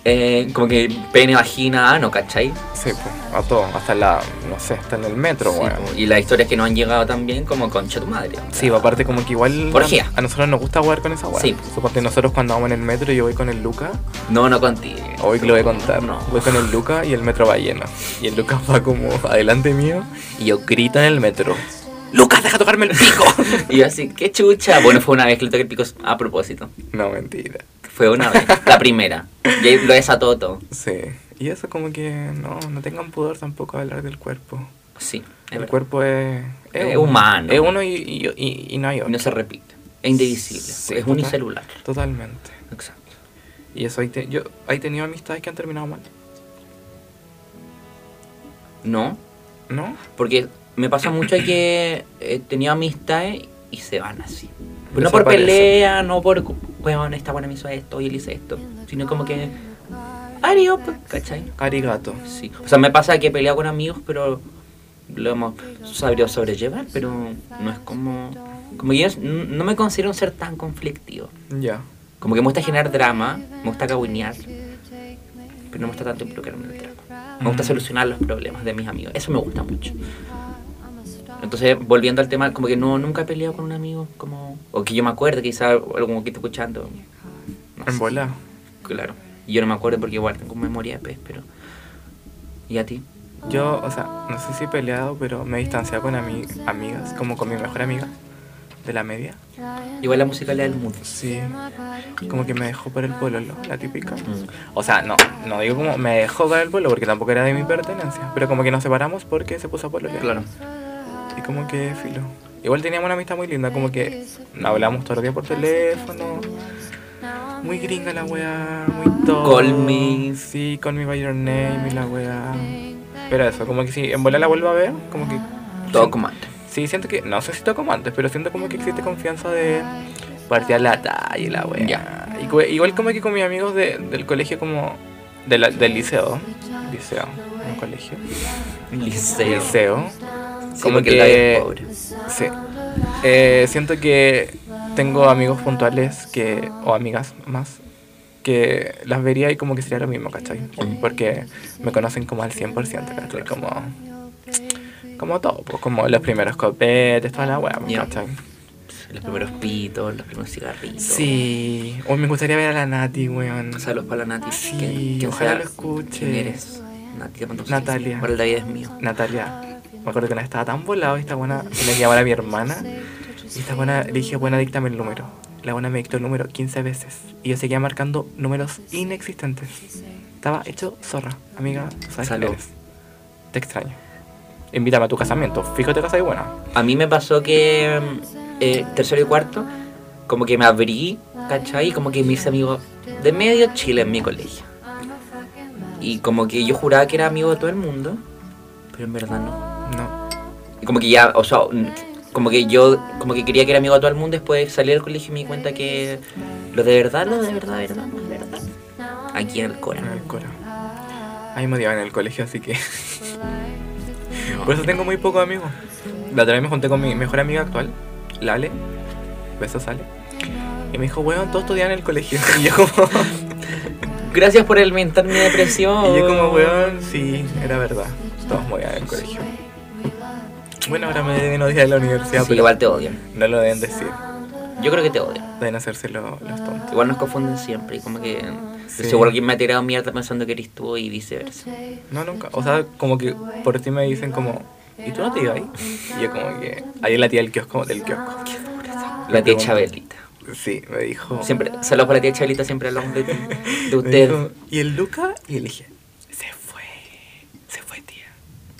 S3: eh, como que pene, vagina, ano, ¿cachai?
S2: Sí, pues, a todo, hasta la, no sé, hasta en el metro,
S3: Sí,
S2: weón.
S3: po, Y las historias que no han llegado también, como concha tu madre. o sea.
S2: Sí, pues, aparte como que igual
S3: Orgía.
S2: a, a nosotros nos gusta jugar con esa weá.
S3: Sí.
S2: Suponte nosotros cuando vamos en el metro yo voy con el Luca,
S3: No, no contigo.
S2: hoy que lo voy a contar,
S3: No.
S2: voy con el Luca y el metro va lleno. Y el Luca va como adelante mío y yo grito en el metro. Lucas, deja tocarme el pico.
S3: Y yo así, qué chucha. Bueno, fue una vez que le toqué el pico a propósito.
S2: no, mentira.
S3: Fue una vez, la primera. Y ahí lo desató todo.
S2: Sí. Y eso como que no, no tengan pudor tampoco a hablar del cuerpo.
S3: Sí, es
S2: El
S3: verdad.
S2: cuerpo es,
S3: Es humano.
S2: Es uno y, y- y- y no hay otro.
S3: No se repite. Es indivisible.
S2: Sí,
S3: es
S2: total-
S3: unicelular.
S2: Totalmente.
S3: Exacto.
S2: Y eso, hay te- yo he tenido amistades que han terminado mal.
S3: No,
S2: ¿No?
S3: porque me pasa mucho que he tenido amistades y se van así. No por
S2: Desaparecen.
S3: pelea, no por, weón, esta buena me hizo esto y él hizo esto. Sino como que, adiós, pues, ¿cachai?
S2: Arigato.
S3: Sí. O sea, me pasa que he peleado con amigos, pero lo hemos sabido sobrellevar, pero no es como... Como yo n- no me considero un ser tan conflictivo.
S2: Ya.
S3: Como que me gusta generar drama, me gusta caguinear, pero no me gusta tanto involucrarme en el drama.
S2: Mm.
S3: Me gusta solucionar los problemas de mis amigos, eso me gusta mucho. Entonces, volviendo al tema, como que no, nunca he peleado con un amigo, como... O que yo me acuerdo, quizá algún que esté escuchando. no
S2: En
S3: sé.
S2: bola.
S3: Claro. Yo no me acuerdo porque igual tengo memoria de pez, pero... ¿Y a ti?
S2: Yo, o sea, no sé si he peleado, pero me he distanciado con ami- amigas, como con mi mejor amiga de la media.
S3: Igual la música le da el mood.
S2: Sí. Como que me dejó por el pololo, la típica.
S3: Mm.
S2: O sea, no, no digo como me dejó por el pololo porque tampoco era de mi pertenencia. Pero como que nos separamos porque se puso a pololear.
S3: Claro.
S2: Y como que filo. Igual teníamos una amistad muy linda, como que hablamos todo el día por teléfono. Muy gringa la weá, muy todo.
S3: Call me.
S2: Sí, call me by your name y la weá. Pero eso, como que si en bola la vuelvo a ver, como que.
S3: Todo comando.
S2: Sí, siento que. No sé si toco como antes, pero siento como que existe confianza de partir a la talla y la weá.
S3: Ya.
S2: Y cu- Igual como que con mis amigos de- del colegio, como. de la- del liceo. Liceo, no colegio.
S3: Liceo.
S2: Liceo.
S3: Sí,
S2: Como
S3: porque el
S2: que.
S3: David es pobre.
S2: Sí. Eh, siento que tengo amigos puntuales que. o amigas más. que las vería y como que sería lo mismo, ¿cachai? Porque me conocen como al 100%, ¿cachai? Como. como todo, pues, como los primeros copetes, toda la weá,
S3: Ya.
S2: ¿cachai?
S3: Los primeros pitos, los primeros cigarritos.
S2: Sí. Hoy me gustaría ver a la Nati, weón.
S3: Saludos para la Nati.
S2: Ah, Sí,
S3: quien- quien
S2: ojalá
S3: sea,
S2: lo escuche.
S3: ¿Quién eres? Nati, te mando un
S2: Natalia.
S3: saludo. Para el David es mío.
S2: Natalia, me acuerdo que una vez estaba tan volado y esta buena tenía que llamar a mi hermana. Y esta buena le dije, buena, díctame el número. La buena me dictó el número 15 veces. Y yo seguía marcando números inexistentes. Estaba hecho zorra. Amiga, tú sabes quién
S3: Salud.
S2: eres. Te extraño. Invítame a tu casamiento. Fíjate casa y buena.
S3: A mí me pasó que eh, tercero y cuarto, como que me abrí, ¿cachai? Y Como que me hice amigo de medio Chile en mi colegio. Y como que yo juraba que era amigo de todo el mundo, pero en verdad no.
S2: No.
S3: Y como que ya, o sea, n- como que yo como que quería que era amigo de todo el mundo, después salí del colegio y me di cuenta que lo de verdad, lo de verdad, verdad, no es verdad. Aquí en el
S2: En
S3: Cora.
S2: el coro. Ahí me odiaban en el colegio, así que. Por eso tengo muy pocos amigos. La otra vez me junté con mi mejor amiga actual, Lale. Besos, Ale. Y me dijo, weón, todos estudian en el colegio. Y yo como,
S3: Gracias por alimentar mi depresión.
S2: y yo como weón, sí, era verdad. Todos morían en el colegio. Bueno, ahora me deben odiar en la universidad,
S3: Sí,
S2: pero
S3: igual te odian.
S2: no lo deben decir.
S3: Yo creo que te odian.
S2: Deben hacerse lo- los tontos.
S3: Igual nos confunden siempre, y como que
S2: Sí.
S3: seguro alguien me ha tirado mierda pensando que eres tú y viceversa.
S2: No, nunca. O sea, como que por ti me dicen como, ¿y tú no te ibas ahí? Y yo como que, ahí la tía del kiosco, del kiosco.
S3: La tía
S2: pregunto.
S3: Chabelita.
S2: Sí, me dijo.
S3: Siempre, saludos para la tía Chabelita, siempre hablamos de, de
S2: Me
S3: usted.
S2: dijo, y el Luca, y le dije, se fue, se fue tía.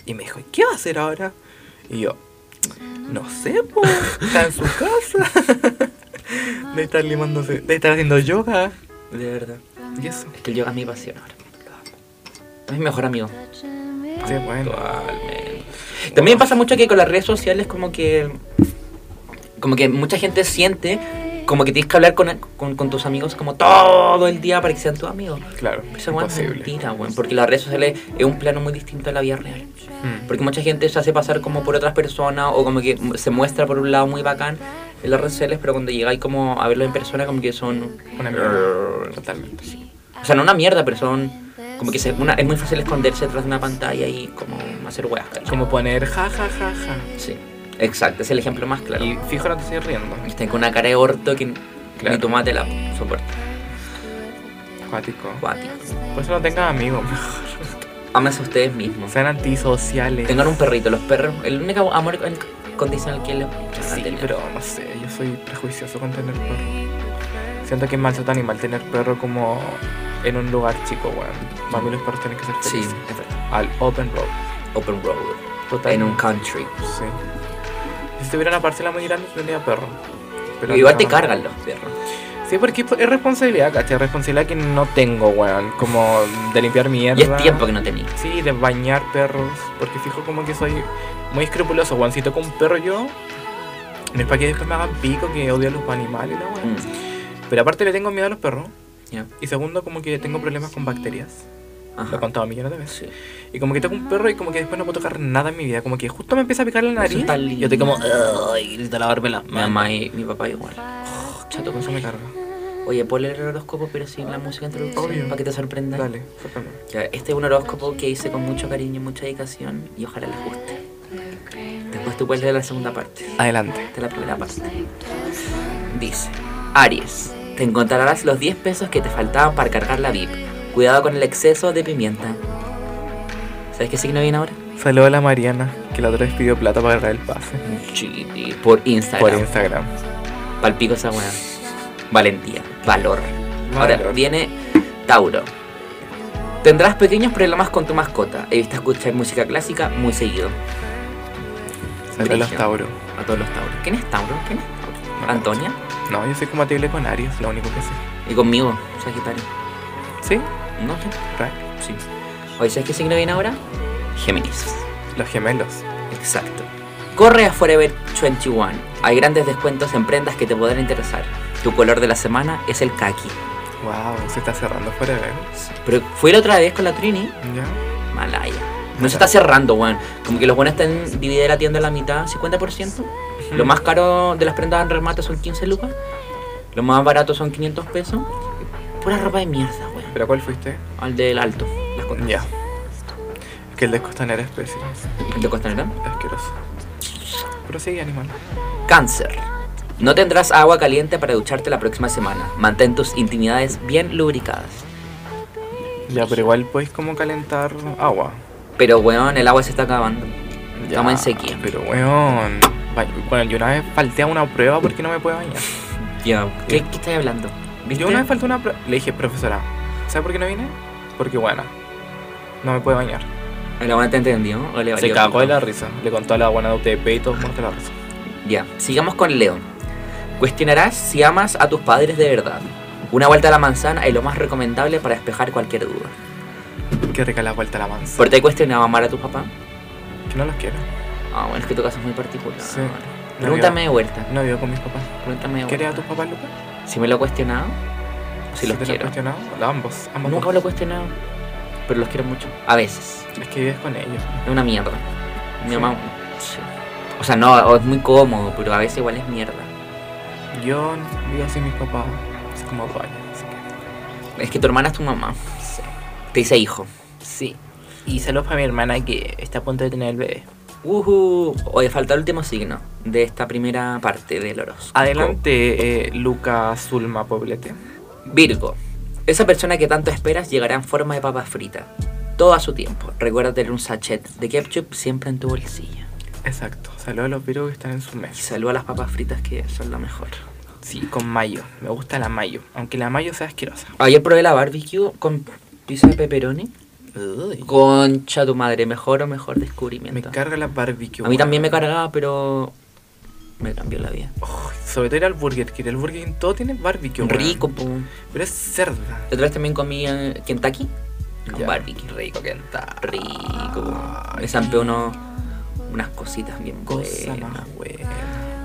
S2: Y me dijo, "¿Y ¿qué va a hacer ahora? Y yo, no sé, po, está en su casa. De estar limándose, de estar haciendo yoga.
S3: De verdad.
S2: Y eso.
S3: Es que el yoga es mi pasión ahora. Lo amo. Es mi mejor amigo.
S2: Sí, bueno.
S3: Actualmente. También pasa mucho que con las redes sociales como que como que mucha gente siente como que tienes que hablar con, con, con tus amigos como todo el día para que sean tus amigos.
S2: Claro,
S3: Esa weá es
S2: imposible.
S3: mentira, weón, porque las redes sociales es un plano muy distinto a la vida real.
S2: Mm.
S3: Porque mucha gente se hace pasar como por otras personas o como que se muestra por un lado muy bacán en las redes sociales, pero cuando llegáis como a verlo en persona como que son...
S2: Una mierda. Totalmente.
S3: O sea, no una mierda, pero son... Como que se- una- es muy fácil esconderse detrás de una pantalla y como hacer weas. ¿cachai?
S2: Como poner ja, ja, ja, ja.
S3: Sí, exacto, es el ejemplo más claro.
S2: Y fijo, no te estoy riendo.
S3: Está con una cara de orto que
S2: Claro.
S3: ni tu mate la soporta.
S2: Acuático.
S3: Cuático.
S2: Por eso no tengan amigos, mejor.
S3: Ámense a ustedes mismos.
S2: Sean antisociales.
S3: Tengan un perrito, los perros. El único amor condicional que les
S2: Sí,
S3: tener.
S2: pero no sé, yo soy prejuicioso con tener perro. Siento que es maltrato animal tener perro como en un lugar chico, weón. Mami, los perros tienen que ser
S3: Sí,
S2: felices.
S3: es verdad.
S2: Al open road.
S3: Open road.
S2: Total.
S3: En un country.
S2: Sí. Si tuviera una parcela muy grande, tendría perro.
S3: Pero igual te
S2: no.
S3: cargan los perros.
S2: Sí, porque es responsabilidad, ¿cachai? Responsabilidad que no tengo, weón. Como de limpiar mierda.
S3: Y es tiempo que no tenéis.
S2: Sí, de bañar perros. Porque fijo como que soy muy escrupuloso, weón. Si toco un perro yo, no es para que después me hagan pico que odio a los animales, la weón.
S3: Mm.
S2: Pero aparte le tengo miedo a los perros.
S3: Ya.
S2: Y segundo, como que tengo problemas con bacterias. Lo
S3: Ajá.
S2: he contado millones de veces.
S3: Sí.
S2: Y como que toco un perro y como que después no puedo tocar nada en mi vida. Como que justo me empieza a picar la nariz.
S3: está
S2: y yo estoy como, ay, grito lavarme la
S3: Mi mamá y mi papá igual. Oh,
S2: Chato, con eso me carga.
S3: Oye, ponle el horóscopo, pero sin la música introductoria,
S2: Obvio.
S3: para que te sorprenda.
S2: Dale, sácame.
S3: Ya, este es un horóscopo que hice con mucho cariño y mucha dedicación y ojalá les guste. Después tú puedes leer la segunda parte.
S2: Adelante.
S3: Esta es la primera parte. Dice, Aries, te encontrarás los 10 pesos que te faltaban para cargar la VIP. Cuidado con el exceso de pimienta. ¿Sabes qué signo viene ahora?
S2: Saludos a la Mariana, que la otra vez pidió plata para agarrar el pase.
S3: Chiquiti, por Instagram.
S2: Por Instagram.
S3: Palpico esa weá. Valentía, valor. Ahora
S2: Valor.
S3: viene Tauro. Tendrás pequeños problemas con tu mascota. Evita escuchar música clásica muy seguido.
S2: Saludos a los
S3: Brigio.
S2: Tauro.
S3: A todos los Tauros. ¿Quién es Tauro? ¿Quién es Tauro?
S2: No,
S3: Antonia.
S2: No, yo soy compatible con Aries, lo único que sé.
S3: Y conmigo, Sagitario.
S2: ¿Sí?
S3: ¿No?
S2: Right.
S3: Sí. Oye, ¿sabes qué signo viene ahora? Géminis.
S2: Los gemelos.
S3: Exacto. Corre a Forever 21. Hay grandes descuentos en prendas que te podrán interesar. Tu color de la semana es el kaki.
S2: Wow, se está cerrando forever.
S3: Pero fui la otra vez con la Trini
S2: Ya.
S3: Malaya. No se está cerrando, weón. Como que los buenos están dividida la tienda a la mitad, 50%. Lo más caro de las prendas en remate son 15 lucas. Lo más barato son 500 pesos. Pura ropa de mierda, weón.
S2: ¿Pero cuál fuiste?
S3: Al del alto. Las costas.
S2: Ya. Es que el de Costanera es pésimo.
S3: ¿De Costanera?
S2: Asqueroso. Pero sigue, animal.
S3: Cáncer. No tendrás agua caliente para ducharte la próxima semana. Mantén tus intimidades bien lubricadas.
S2: Ya, pero igual podéis como calentar agua.
S3: Pero, weón, el agua se está acabando.
S2: Ya,
S3: Estamos en sequía.
S2: Pero weón. ba- Bueno, yo una vez falté a una prueba porque no me puede bañar.
S3: Ya, ¿Qué, qué estás hablando? ¿Viste?
S2: Yo una vez falté a una prueba. Le dije, profesora, ¿sabe por qué no vine? Porque bueno, no me puede bañar.
S3: ¿La buena te entendió? ¿O le
S2: Se
S3: valió
S2: cagó de
S3: pico?
S2: la risa. Le contó a la buena de UTP y todos muertos de la risa.
S3: Ya, sigamos con Leo. Cuestionarás si amas a tus padres de verdad. Una vuelta a la manzana es lo más recomendable para despejar cualquier duda.
S2: Qué rica la vuelta a la mansa.
S3: ¿Por qué cuestionaba amar a tu papá?
S2: Que no los quiero.
S3: Ah, bueno, es que tu caso es muy particular.
S2: Sí.
S3: Pregúntame de vuelta.
S2: No vivo con mis papás.
S3: Pregúntame de
S2: ¿Quieres a
S3: vuelta.
S2: tus papás, Lucas?
S3: Si me lo he cuestionado, o si los
S2: te lo he
S3: quiero.
S2: cuestionado? A ambos, ambos.
S3: Nunca me lo he cuestionado, pero los quiero mucho. A veces.
S2: Es que vives con ellos.
S3: Es una mierda. Mi
S2: Sí.
S3: mamá. sí. O sea, no, o es muy cómodo, pero a veces igual es mierda.
S2: Yo vivo sin mis papás hace como dos años. así que-
S3: Es que tu hermana es tu mamá. Te dice hijo. Sí.
S2: Y saludos para mi hermana que está a punto de tener el bebé.
S3: Uhu. Oye, falta el último signo de esta primera parte del horóscopo.
S2: Adelante, eh, Lucas Zulma Poblete.
S3: Virgo. Esa persona que tanto esperas llegará en forma de papa frita. Todo a su tiempo. Recuerda tener un sachet de ketchup siempre en tu bolsillo.
S2: Exacto. Saludos a los virgos que están en su
S3: Y
S2: mes.
S3: saluda a las papas fritas que son la mejor.
S2: Sí, con mayo. Me gusta la mayo. Aunque la mayo sea asquerosa.
S3: Ayer probé la barbecue con pizza de pepperoni. Concha tu madre, mejor o mejor
S2: Me
S3: descubrimiento.
S2: carga la barbecue.
S3: a mí también me
S2: carga.
S3: cargaba, pero me cambió la vida.
S2: sobre todo ir al Burger King. El Burger King todo tiene barbecue. weón.
S3: Rico, pum.
S2: Pero es cerda.
S3: La otra vez también comí eh, Kentucky con
S2: Ya.
S3: barbecue.
S2: Rico que está.
S3: Rico. Me zampé uno- unas cositas bien
S2: Cosa
S3: buenas.
S2: más buena.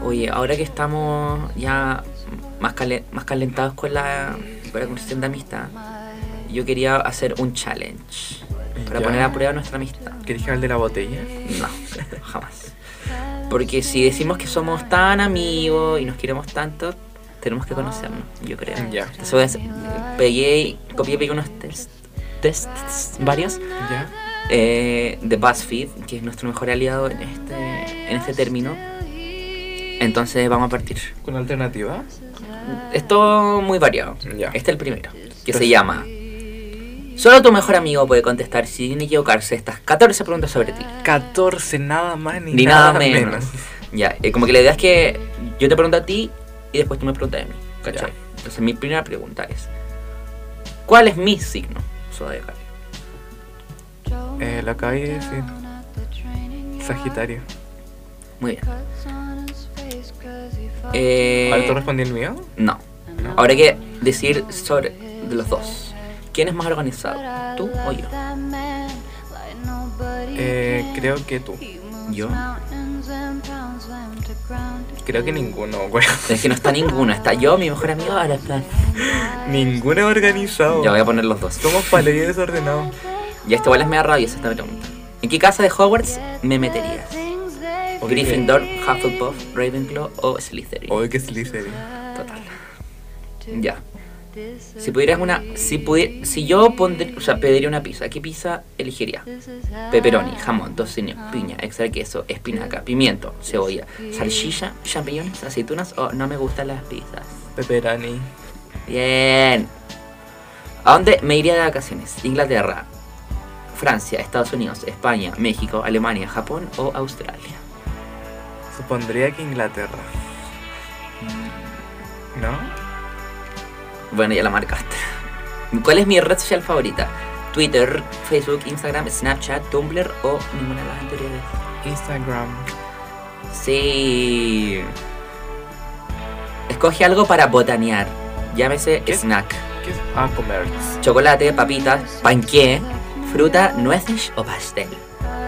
S3: Oye, ahora que estamos ya más, calen- más calentados con la, con la conversación de amistad, yo quería hacer un challenge para
S2: Ya.
S3: poner a prueba nuestra amistad.
S2: ¿Qué dije el de la botella?
S3: No, jamás. Porque si decimos que somos tan amigos y nos queremos tanto, tenemos que conocernos, yo creo.
S2: Ya.
S3: Entonces voy a hacer- pegué, y- copié y pegué unos test- tests, varios,
S2: Ya.
S3: eh, de BuzzFeed, que es nuestro mejor aliado en este, en este término. Entonces vamos a partir.
S2: ¿Con alternativa?
S3: Esto muy variado.
S2: Ya.
S3: Este es el primero, que se llama... Solo tu mejor amigo puede contestar sin equivocarse estas 14 preguntas sobre ti.
S2: 14, nada más ni,
S3: Ni nada, menos. Ya, eh, como que la idea es que yo te pregunto a ti y después tú me preguntas a mí. ¿Cachai?
S2: Ya.
S3: Entonces mi primera pregunta es, ¿cuál es mi signo zodiacal?
S2: Eh, lo acabé de decir. Sagitario.
S3: Muy bien. Eh,
S2: ¿Ahora tú respondí el mío?
S3: no. Ahora hay que decir sobre de los dos. ¿Quién es más organizado? ¿Tú o yo?
S2: Eh, creo que tú.
S3: Yo.
S2: Creo que ninguno, güey.
S3: Es que no está ninguno. Está yo, mi mejor amigo, ahora está...
S2: ninguno es organizado.
S3: Ya voy a poner los dos.
S2: Somos paladines desordenados.
S3: Y este esta igual es media rabiosa esta pregunta. ¿En qué casa de Hogwarts me meterías?
S2: Ok.
S3: Gryffindor, Hufflepuff, Ravenclaw o Slytherin.
S2: Oye, que Slytherin.
S3: Total. Ya. Si pudieras una. Si pudi- si yo pondría. O sea, pediría una pizza. ¿Qué pizza elegiría? Pepperoni, jamón, tocino, piña, extra queso, espinaca, pimiento, cebolla, salchicha, champiñones, aceitunas o no me gustan las pizzas.
S2: Pepperoni.
S3: Bien. ¿A dónde me iría de vacaciones? Inglaterra, Francia, Estados Unidos, España, México, Alemania, Japón o Australia.
S2: Supondría que Inglaterra. Mm, ¿No?
S3: Bueno, ya la marcaste. ¿Cuál es mi red social favorita? Twitter, Facebook, Instagram, Snapchat, Tumblr o ninguna de las anteriores.
S2: Instagram.
S3: Sí. Escoge algo para botanear. Llámese
S2: ¿Qué?
S3: snack.
S2: ¿Qué es? Ah, comer.
S3: Chocolate, papitas, panqué, fruta, nueces o pastel.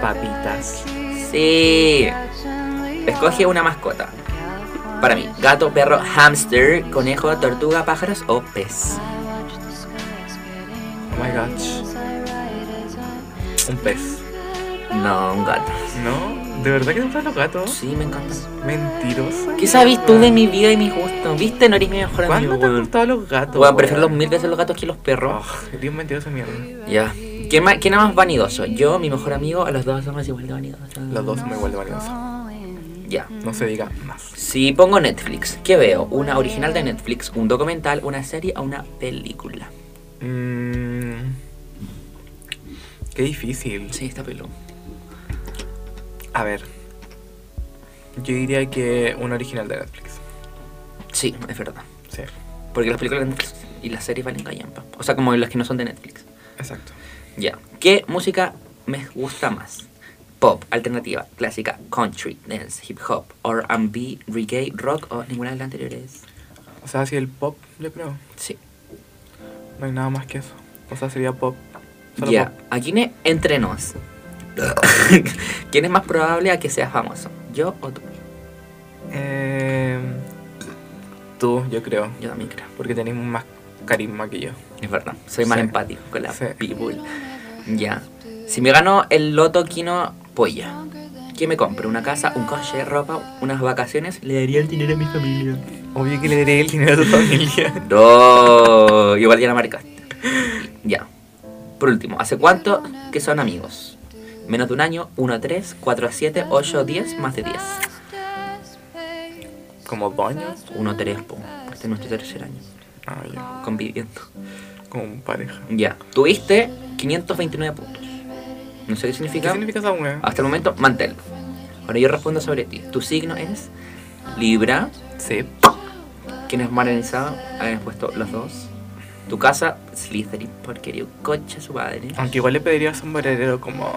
S2: Papitas.
S3: Sí. Escoge una mascota. Para mí, gato, perro, hamster, conejo, tortuga, pájaros o pez.
S2: Oh my gosh. Un pez.
S3: No, un gato.
S2: ¿No? ¿De verdad que te gustan los gatos?
S3: Sí, me encanta.
S2: Mentirosa.
S3: ¿Qué sabes tú de mi vida y mis gustos? ¿Viste? No eres mi mejor amigo,
S2: ¿Cuándo te han
S3: weón.
S2: gustado los gatos?
S3: Weón, prefiero los
S2: weón?
S3: mil veces los gatos que los perros.
S2: Oh, eres un mentiroso de mierda.
S3: Ya. ¿Quién, más, ¿Quién es más vanidoso? Yo, mi mejor amigo, a los dos somos igual de vanidosos.
S2: Los dos son igual de valiosos.
S3: Ya.
S2: No se diga más.
S3: Si pongo Netflix, ¿qué veo? ¿Una original de Netflix, un documental, una serie o una película?
S2: Mm, qué difícil.
S3: Sí, está pelo.
S2: A ver. Yo diría que un original de Netflix.
S3: Sí, es verdad.
S2: Sí,
S3: Porque las películas de Netflix y las series valen callampa. O sea, como las que no son de Netflix.
S2: exacto.
S3: Ya. ¿Qué música me gusta más? Pop, alternativa, clásica, country, dance, hip hop, R&B, reggae, rock o ninguna de las anteriores.
S2: O sea, si el pop, yo creo.
S3: Sí.
S2: No hay nada más que eso. O sea, sería pop.
S3: Ya.
S2: Solo pop.
S3: ¿A quién es entre nos? ¿Quién es más probable a que seas famoso? ¿Yo o tú?
S2: Eh, tú, yo creo.
S3: Yo también creo.
S2: Porque tenés más carisma que yo.
S3: Es verdad. Soy más
S2: Sí.
S3: empático con la
S2: Sí.
S3: people. Ya. Si me gano el loto quino polla, ¿qué me compro? ¿Una casa, un coche, ropa, unas vacaciones? Le daría el dinero a mi familia.
S2: Obvio que le daré el dinero a tu familia.
S3: No, igual ya la marcaste. Ya. Por último, ¿hace cuánto que son amigos? Menos de un año, 1 a 3, 4 a 7, 8 a 10, más de 10.
S2: Como baño.
S3: 1 a 3, po. Este es nuestro tercer año.
S2: Ah, ya.
S3: Conviviendo.
S2: Como pareja.
S3: Ya. Tuviste 529 puntos. No sé qué
S2: ¿Qué
S3: significa.
S2: significa esa weá?
S3: Hasta el momento, manténlo. Ahora yo respondo sobre ti. Tu signo es Libra.
S2: Sí.
S3: ¿Quién es maranizado? Habían puesto los dos. Tu casa, Slytherin. Porquería, coche su padre.
S2: Aunque igual le pediría sombrerero como.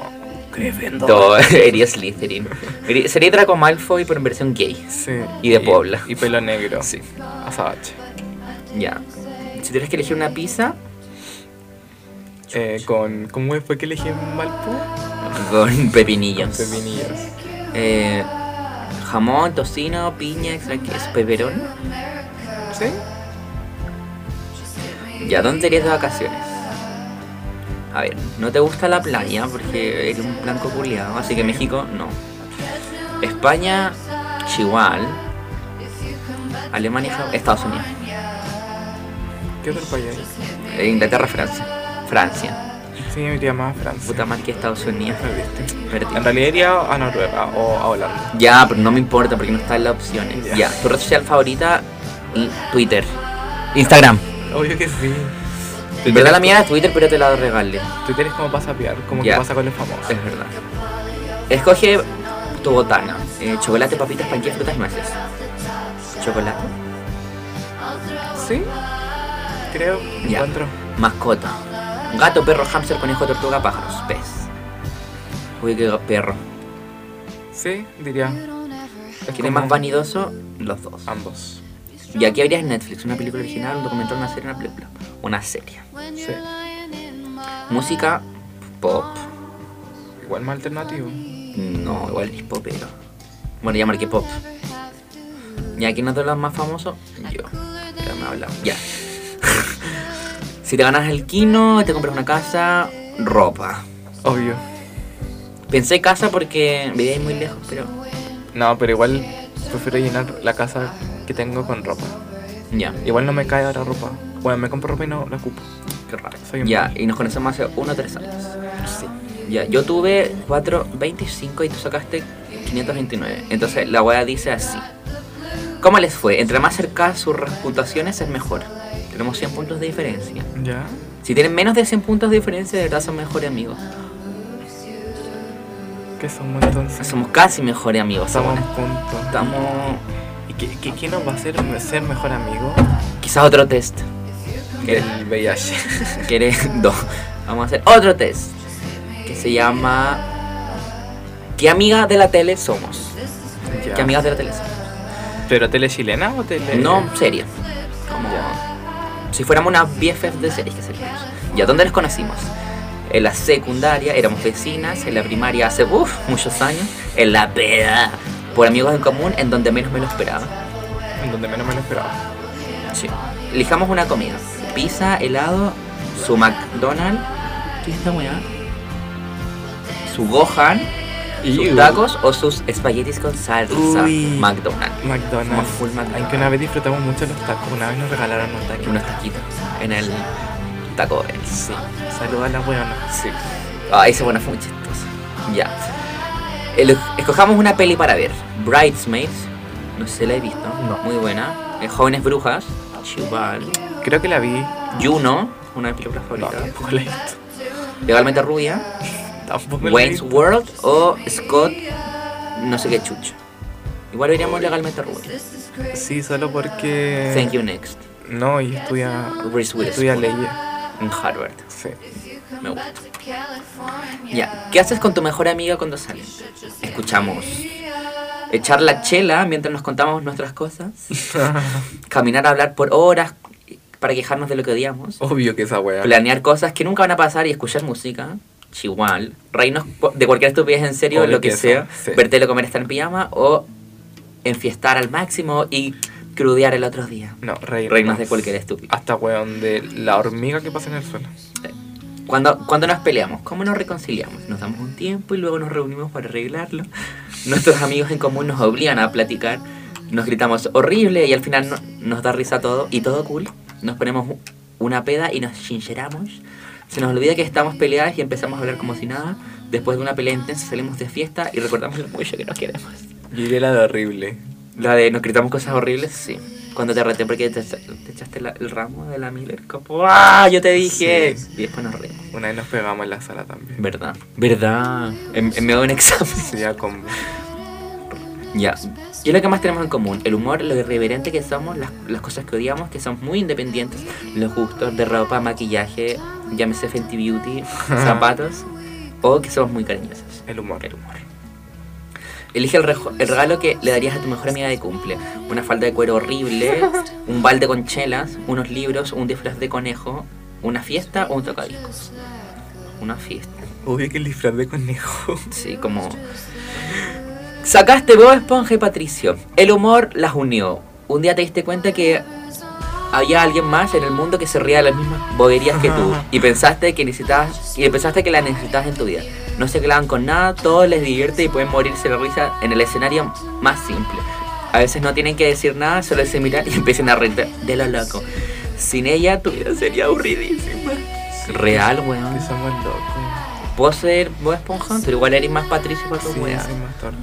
S2: Gryffindor.
S3: Todo, sería Slytherin. Eri- Sería Draco Malfoy, pero en versión gay.
S2: Sí.
S3: Y de Puebla.
S2: Y pelo negro.
S3: Sí.
S2: Azabache.
S3: Ya. Si tuvieras que elegir una pizza,
S2: Eh, con. ¿Cómo fue que elegí Malpo?
S3: con pepinillos.
S2: Pepinillos.
S3: Eh, jamón, tocino, piña, extra queso, peperón.
S2: ¿Sí?
S3: Ya, ¿dónde irías de vacaciones? A ver, no te gusta la playa porque eres un blanco culiado, así que México no. España, Chihuahua. Alemania, Ja- Estados Unidos.
S2: ¿Qué otro país?
S3: Eh, Inglaterra, Francia. Francia.
S2: Sí, me iría más a Francia.
S3: Puta más que Estados Unidos. Perdí.
S2: En realidad iría a Noruega o a Holanda.
S3: Ya, pero no me importa porque no está en las opciones.
S2: Ya.
S3: Ya, tu red social favorita, y Twitter. Instagram.
S2: Obvio que sí.
S3: En verdad la mía es Twitter, pero te la regalé.
S2: Twitter es como para sapear, como
S3: Ya.
S2: que pasa con los famosos.
S3: Es verdad. Escoge tu botana. Eh, chocolate, papitas, panqueques, frutas, nueces. Chocolate.
S2: ¿Sí? Creo.
S3: Ya.
S2: Encuentro.
S3: Mascota. Gato, perro, hámster, conejo, tortuga, pájaros, pez. Uy, qué perro.
S2: Sí, diría. Es
S3: ¿Quién es
S2: como
S3: más vanidoso? Los dos.
S2: Ah. Ambos.
S3: Y aquí habrías Netflix, una película original, un documental, una serie, una película. Una serie.
S2: Sí.
S3: Música, pop.
S2: Igual más alternativo.
S3: No, igual es popero. Bueno, ya marqué pop. ¿Y aquí no te hablas más famoso? Yo. Ya me he hablado. Ya. si te ganas el kino, te compras una casa, ropa.
S2: Obvio.
S3: Pensé casa porque me iba a ir muy lejos, pero
S2: No, pero igual prefiero llenar la casa que tengo con ropa.
S3: ya,
S2: Igual no me cae ahora ropa. Bueno, me compro ropa y no la ocupo.
S3: qué raro.
S2: Soy un
S3: Ya,
S2: mal.
S3: y nos conocemos hace uno o tres años. Ya, yo tuve 425 y tú sacaste 529. Entonces la wea dice así. ¿Cómo les fue? Entre más cerca sus re- puntuaciones es mejor. Tenemos 100 puntos de diferencia.
S2: ¿Ya?
S3: Si tienen menos de 100 puntos de diferencia, de verdad son mejores amigos.
S2: ¿Qué somos entonces?
S3: Somos casi mejores amigos.
S2: Estamos
S3: Estamos...
S2: en punto.
S3: Estamos...
S2: ¿Y qué, qué, qué nos va a hacer ser mejor amigo?
S3: Quizás otro test. ¿Quieres?
S2: El VIH.
S3: ¿Quieres? No. Vamos a hacer otro test. Que se llama... ¿Qué amiga de la tele somos?
S2: Ya.
S3: ¿Qué amigas de la tele somos?
S2: ¿Pero tele chilena o tele.?
S3: No, serie. Como si fuéramos unas BFF de series que seríamos. ¿Y a dónde nos conocimos? En la secundaria éramos vecinas, en la primaria hace uf, muchos años, en la peda, por amigos en común, en donde menos me lo esperaba.
S2: En donde menos me lo esperaba.
S3: Sí. Elijamos una comida: pizza, helado, su McDonald's, ¿qué es esta weá? Su Gohan, sus
S2: Ew.
S3: tacos o sus espaguetis con salsa.
S2: Uy.
S3: McDonald's.
S2: McDonald's.
S3: Full McDonald's.
S2: Aunque una vez disfrutamos mucho los tacos. Una vez nos regalaron un
S3: Y
S2: taquito.
S3: unos taquitos en el taco Bell. Sí.
S2: Saluda a la weona.
S3: Sí. Ah, esa buena fue muy chistosa. Ya. El- escojamos una peli para ver. Bridesmaids. No sé si la he visto.
S2: No.
S3: Muy buena. Eh, Jóvenes Brujas. Chival.
S2: Creo que la vi.
S3: Juno. Una de mis películas
S2: No,
S3: favoritas.
S2: tampoco la he visto.
S3: Legalmente Rubia.
S2: Tampoco la he
S3: Wayne's
S2: visto.
S3: World. O Scott. No sé qué chucho. Igual veríamos Legalmente Rubia.
S2: Eh. Sí, solo porque.
S3: Thank You Next.
S2: No, y estudia.
S3: Reese Witherspoon.
S2: Estudia leyes.
S3: En Harvard.
S2: Sí.
S3: Me gusta. Ya, ¿qué haces con tu mejor amiga cuando sales? Escuchamos. Echar la chela mientras nos contamos nuestras cosas. Caminar a hablar por horas para quejarnos de lo que odiamos.
S2: Obvio que esa wea.
S3: Planear cosas que nunca van a pasar y escuchar música. Chihuahua. Reírnos po- de cualquier estupidez en serio,
S2: Obvio
S3: lo que,
S2: que eso,
S3: sea.
S2: sí.
S3: Vértelo comer estar en pijama o enfiestar al máximo y crudear el otro día.
S2: No, reírnos.
S3: Reírnos de cualquier estúpido.
S2: Hasta weón de la hormiga que pasa en el suelo.
S3: Cuando, cuando nos peleamos, ¿cómo nos reconciliamos? Nos damos un tiempo y luego nos reunimos para arreglarlo. Nuestros amigos en común nos obligan a platicar. Nos gritamos horrible y al final no- nos da risa todo y todo cool. Nos ponemos u- una peda y nos chincheramos. Se nos olvida que estamos peleadas y empezamos a hablar como si nada. Después de una pelea intensa salimos de fiesta y recordamos lo mucho que nos queremos.
S2: Yo diría la de horrible.
S3: La de nos gritamos cosas horribles, sí. Cuando te reté porque te, te echaste la- el ramo de la Miller, como ¡Ah! Yo te dije.
S2: Sí.
S3: Y después nos reímos.
S2: Una vez nos pegamos en la sala también.
S3: ¿Verdad? ¿Verdad? Em, En, en medio de un examen.
S2: Sí, ya con.
S3: Ya. ¿Qué es lo que más tenemos en común? El humor, lo irreverente que somos, las, las cosas que odiamos, que somos muy independientes, los gustos de ropa, maquillaje, llámese Fenty Beauty, zapatos, o que somos muy cariñosos.
S2: El humor.
S3: El humor. Elige el, rejo- el regalo que le darías a tu mejor amiga de cumple. Una falda de cuero horrible, un balde con chelas, unos libros, un disfraz de conejo, una fiesta o un tocadiscos. Una fiesta.
S2: Obvio que el disfraz de conejo.
S3: Sí, como... Sacaste Bob Esponja y Patricio. El humor las unió. Un día te diste cuenta que había alguien más en el mundo que se ría de las mismas boberías que tú. Y pensaste que necesitabas... Y pensaste que la necesitabas en tu vida. No se clavan con nada, todo les divierte y pueden morirse de risa en el escenario más simple. A veces no tienen que decir nada, solo se miran y empiezan a reír de lo loco. Sin ella tu vida sería aburridísima. Real, weón.
S2: Que somos locos.
S3: Puedo ser Bob Esponja, pero igual eres más Patricio para tu
S2: Sí,
S3: weá.
S2: soy más torpe.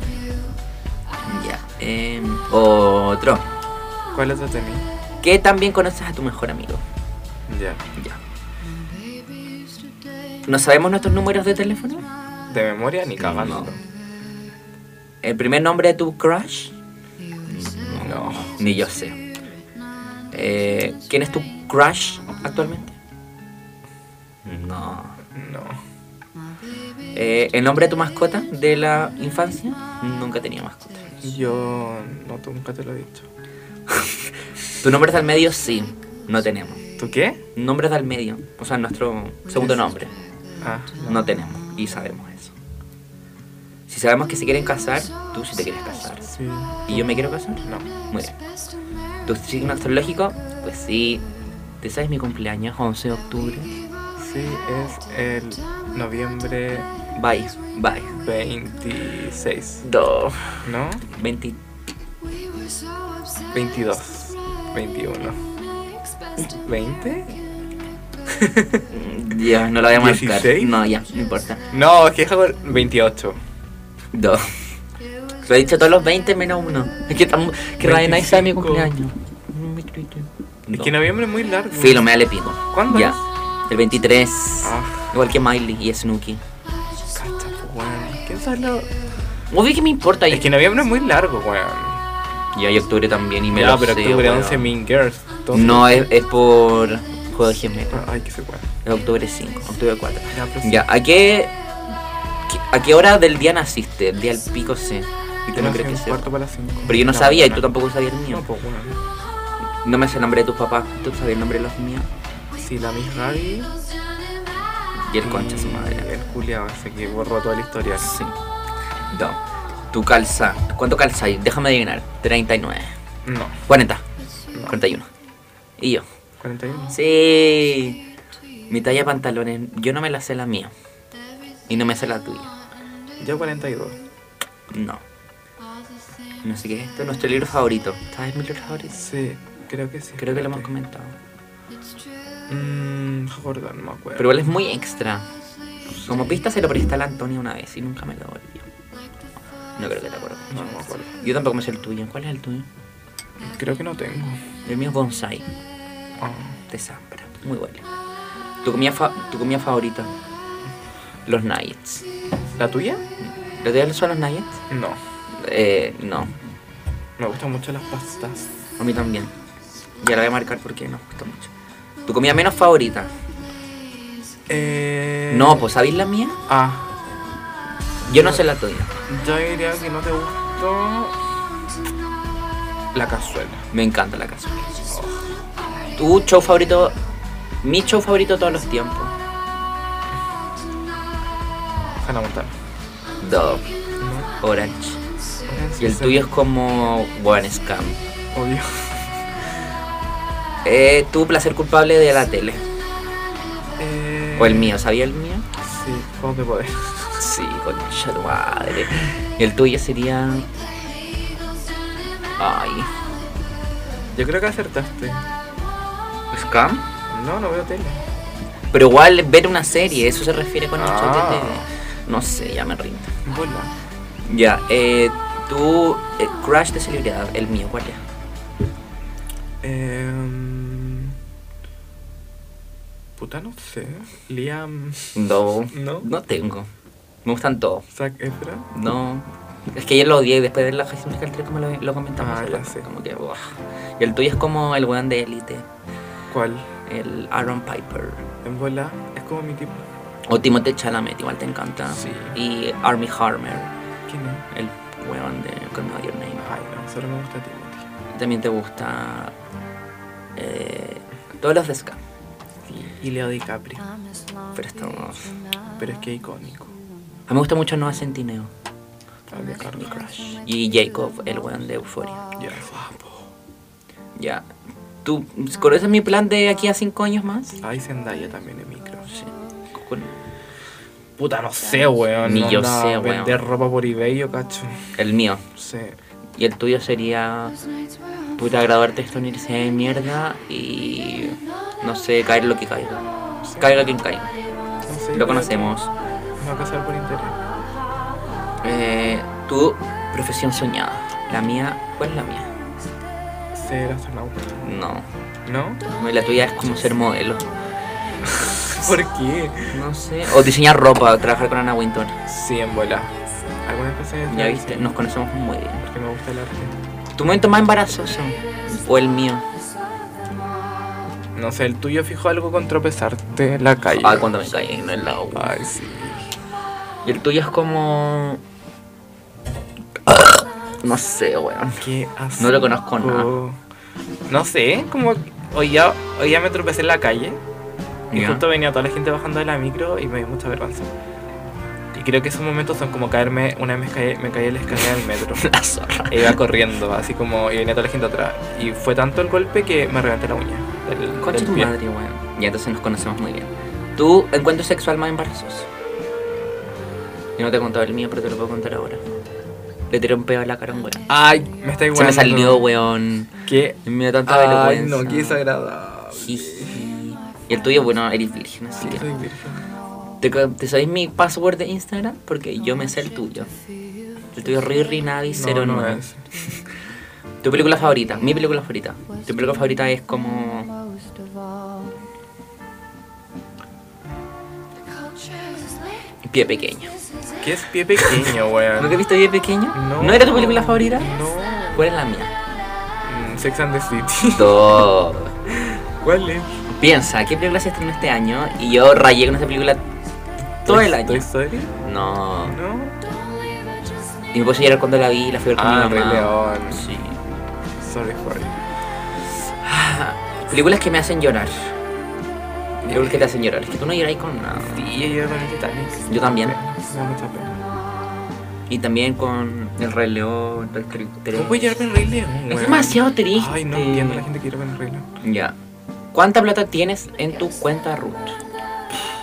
S3: Ya. eh, otro.
S2: ¿Cuál otro tenía?
S3: Que también conoces a tu mejor amigo.
S2: Ya.
S3: Ya. ¿No sabemos nuestros números de teléfono?
S2: De memoria ni cagando.
S3: ¿El primer nombre de tu crush? Mm,
S2: No.
S3: Ni yo sé. Eh, ¿Quién es tu crush actualmente? No.
S2: No.
S3: Eh, ¿El nombre de tu mascota de la infancia? Nunca tenía mascota.
S2: Yo. No, tú nunca te lo he dicho.
S3: ¿Tu nombre está al medio? Sí. No tenemos.
S2: ¿Tú qué?
S3: Nombres del medio, o sea, nuestro segundo nombre.
S2: Ah,
S3: No tenemos y sabemos eso. Si sabemos que se quieren casar, tú si te quieres casar.
S2: sí.
S3: ¿Y yo me quiero casar?
S2: No.
S3: Muy bien. ¿Tu signo astrológico? Pues sí. ¿Te sabes mi cumpleaños? 11 de octubre.
S2: Sí, es el noviembre
S3: Bye, bye.
S2: 26,
S3: Do.
S2: ¿no?
S3: 20.
S2: 22, 21, 20.
S3: mm, Ya, no lo voy a marcar.
S2: 16.
S3: No, ya, no importa.
S2: No, es que es algo- 28.
S3: Do. Lo he dicho todos los 20 menos uno. Es que, tam- que Ryan Knight sea mi
S2: 25.
S3: cumpleaños. No me triste.
S2: Es
S3: Do.
S2: que noviembre es muy largo.
S3: Filo, me da le pico.
S2: ¿Cuándo
S3: Ya.
S2: es?
S3: El 23.
S2: Ah,
S3: Igual que Miley y Snooki.
S2: cacha, pues, weón. ¿Qué tal lo-
S3: Obvio que me importa.
S2: Es que noviembre es muy largo, weón.
S3: Y hay octubre también y me
S2: Ya,
S3: lo
S2: pero
S3: sé,
S2: octubre
S3: weón.
S2: 11, Mean Girls. entonces-
S3: No, es, es por Juego de Gemelas.
S2: Ah, Ay, que se weón.
S3: Es octubre 5, octubre 4.
S2: Ya, pero sí.
S3: Ya, ¿a qué, qué- ¿a qué hora del día naciste? El día del pico sé.
S2: Y
S3: Yo no
S2: tenemos
S3: creo
S2: que un
S3: que sea.
S2: cuarto para las 5.
S3: Pero yo no sabía y tú tampoco sabías el mío.
S2: No, pues, weón.
S3: No me sé el nombre de tus papás, tú sabías el nombre de los míos.
S2: Sí, la Miss Gaby.
S3: Y el concha su
S2: y
S3: madre.
S2: El culiao, ese que borró toda la historia.
S3: Sí. No. Tu calza. ¿Cuánto calzáis? Déjame adivinar. 39.
S2: No,
S3: 40.
S2: no.
S3: 41. Y yo.
S2: 41.
S3: Sí. Mi talla de pantalones. Yo no me la sé la mía. Y no me sé la tuya.
S2: Yo 42.
S3: No. No sé qué es esto. Nuestro libro favorito. ¿Sabes mi libro favorito?
S2: Sí, creo que sí.
S3: Creo que lo hemos
S2: espérate.
S3: comentado.
S2: Mmm, Jordan, no me acuerdo.
S3: Pero igual es muy extra. Como pista se lo presté a la Antonia una vez y nunca me lo volvió. No creo que te acuerdes.
S2: No, no me acuerdo.
S3: Yo tampoco me sé el tuyo. ¿Cuál es el tuyo?
S2: Creo que no tengo.
S3: El mío es bonsai.
S2: Ah,
S3: De Zambra. Muy bueno. ¿Tu comida, fa- tu comida favorita? Los nuggets.
S2: ¿La tuya?
S3: ¿Los de él son los nuggets?
S2: No.
S3: Eh, no.
S2: Me gustan mucho las pastas.
S3: A mí también. Ya la voy a marcar porque nos gusta mucho. ¿Tu comida menos favorita?
S2: Eh...
S3: No, pues ¿sabéis la mía?
S2: Ah,
S3: Yo no sé la tuya.
S2: yo diría que no te gustó... La cazuela.
S3: Me encanta la casa. Tu show favorito. Mi show favorito de todos los tiempos.
S2: Hannah Montana.
S3: Dove,
S2: No.
S3: Orange. Y el
S2: Sí,
S3: tuyo es como One Scam.
S2: Obvio.
S3: Eh, tu placer culpable de la tele.
S2: Eh...
S3: O el mío, ¿sabía el mío?
S2: Sí, juegos de poder.
S3: Sí, concha tu madre. Y el tuyo sería. Ay.
S2: Yo creo que acertaste.
S3: ¿Scam?
S2: No, no veo tele.
S3: Pero igual ver una serie, eso se refiere con el
S2: Ah.
S3: show de tele. No sé, ya me rindo.
S2: Vuela.
S3: Ya, eh, tu eh, crush de celebridad, el mío, ¿cuál es?
S2: Em, Puta, no sé. Liam.
S3: No.
S2: No.
S3: No tengo. Me gustan todos.
S2: Zac Efron.
S3: No. Es que yo lo odié y después de la High School Musical 3 como lo, lo comentamos.
S2: Ah,
S3: hace
S2: ya
S3: rato,
S2: sé.
S3: Como que, buah. Y el tuyo es como el weón de élite,
S2: ¿Cuál?
S3: el Aaron Piper.
S2: En bola. Es como mi tipo.
S3: O Timothée Chalamet, igual te encanta.
S2: Sí.
S3: Y Army Harmer,
S2: ¿Quién es?
S3: el weón de Call Me By Your Name.
S2: Ay, no, solo me gusta Timothy.
S3: También te gusta... eh, todos los de Ska.
S2: Y Leo DiCaprio.
S3: Pero estamos...
S2: Pero es que icónico.
S3: A mí me gusta mucho Noah Centineo.
S2: Ah, de Carly Crush.
S3: Y Jacob, el weón de Euphoria.
S2: Ya, guapo.
S3: Ya. ¿Tú conoces mi plan de aquí a cinco años más?
S2: Ay, Zendaya también es micro.
S3: Sí. Con-
S2: Puta, no sé, weón.
S3: Ni yo
S2: Onda,
S3: sé, weón.
S2: Vender ropa por eBay, yo cacho.
S3: El mío.
S2: Sí.
S3: Y el tuyo sería puta graduarte de esta universidad de mierda y no sé, caer lo que caiga. Caiga quien caiga.
S2: No sé,
S3: Lo conocemos.
S2: Me va a casar por interés.
S3: Eh, tu profesión soñada. La mía, ¿cuál es la mía?
S2: Ser astronauta.
S3: No.
S2: ¿No?
S3: La tuya es como ser modelo.
S2: ¿Por qué?
S3: No sé. O diseñar ropa, trabajar con Ana Winton.
S2: Sí, en bola. Algunas veces
S3: Ya viste, nos conocemos muy bien.
S2: Porque me gusta el arte.
S3: ¿Tu momento más embarazoso? ¿O el mío?
S2: No sé, el tuyo fijo algo con tropezarte en la calle. Ah.
S3: Ah, cuando me caí en el lado.
S2: Ay, sí.
S3: Y el tuyo es como. No sé, weón.
S2: Qué asco.
S3: No lo conozco nada.
S2: No sé, como hoy ya, hoy ya me tropecé en la calle. Y
S3: Ya.
S2: justo venía toda la gente bajando de la micro y me dio mucha vergüenza. Y creo que esos momentos son como caerme, una vez me caí, me caí en la escalera del metro.
S3: La zorra.
S2: E iba corriendo, así como, y venía toda la gente atrás. Y fue tanto el golpe que me reventé la uña. del-
S3: Concha
S2: del
S3: tu
S2: pie.
S3: madre, weón. Ya entonces nos conocemos muy bien. Tu encuentro sexual más embarazoso. Yo no te he contado el mío, pero te lo puedo contar ahora. Le tiré un pedo a la cara a un weón.
S2: Ay, me estáis
S3: Se me
S2: weando.
S3: salió, weón.
S2: ¿Qué?
S3: Me dio tanta
S2: Ay,
S3: vergüenza.
S2: no, qué desagradable.
S3: Jiji. Y el tuyo, bueno, eres virgen, así
S2: Sí,
S3: que.
S2: soy virgen.
S3: ¿Te, co- te sabéis mi password de Instagram? Porque yo me sé el tuyo. El tuyo es
S2: No,
S3: Ririnavi09.
S2: no es.
S3: tu película favorita, mi película favorita. Tu película favorita es como.
S1: Most of all.
S3: Pie pequeño.
S2: ¿Qué es pie pequeño,
S3: ¿Nunca he
S2: weón?
S3: visto Pie pequeño?
S2: No.
S3: era tu película favorita?
S2: No.
S3: ¿Cuál es la mía?
S2: Mm, Sex and the City.
S3: Todo.
S2: ¿Cuál es?
S3: Piensa, ¿qué película se estrenó este año? Y yo rayé con esa película todo el año.
S2: ¿Toy Story?
S3: No.
S2: No.
S3: Y me puse a llorar cuando la vi y la fui a ver con
S2: Ah,
S3: mi
S2: Rey
S3: mamá.
S2: León.
S3: Sí.
S2: Sorry for it.
S3: Películas que me hacen llorar. Películas que te hacen llorar. Es que tú no lloráis con nada.
S2: Sí, yo con el Titanic.
S3: Yo también.
S2: Sí, Me da mucha pena.
S3: Y también con El Rey León, Toy Story 3.
S2: ¿Cómo puede llorar con el Rey León,
S3: Es
S2: weón?
S3: demasiado triste.
S2: Ay, no entiendo la gente que llora con el Rey León.
S3: Ya. ¿Cuánta plata tienes en tu cuenta root?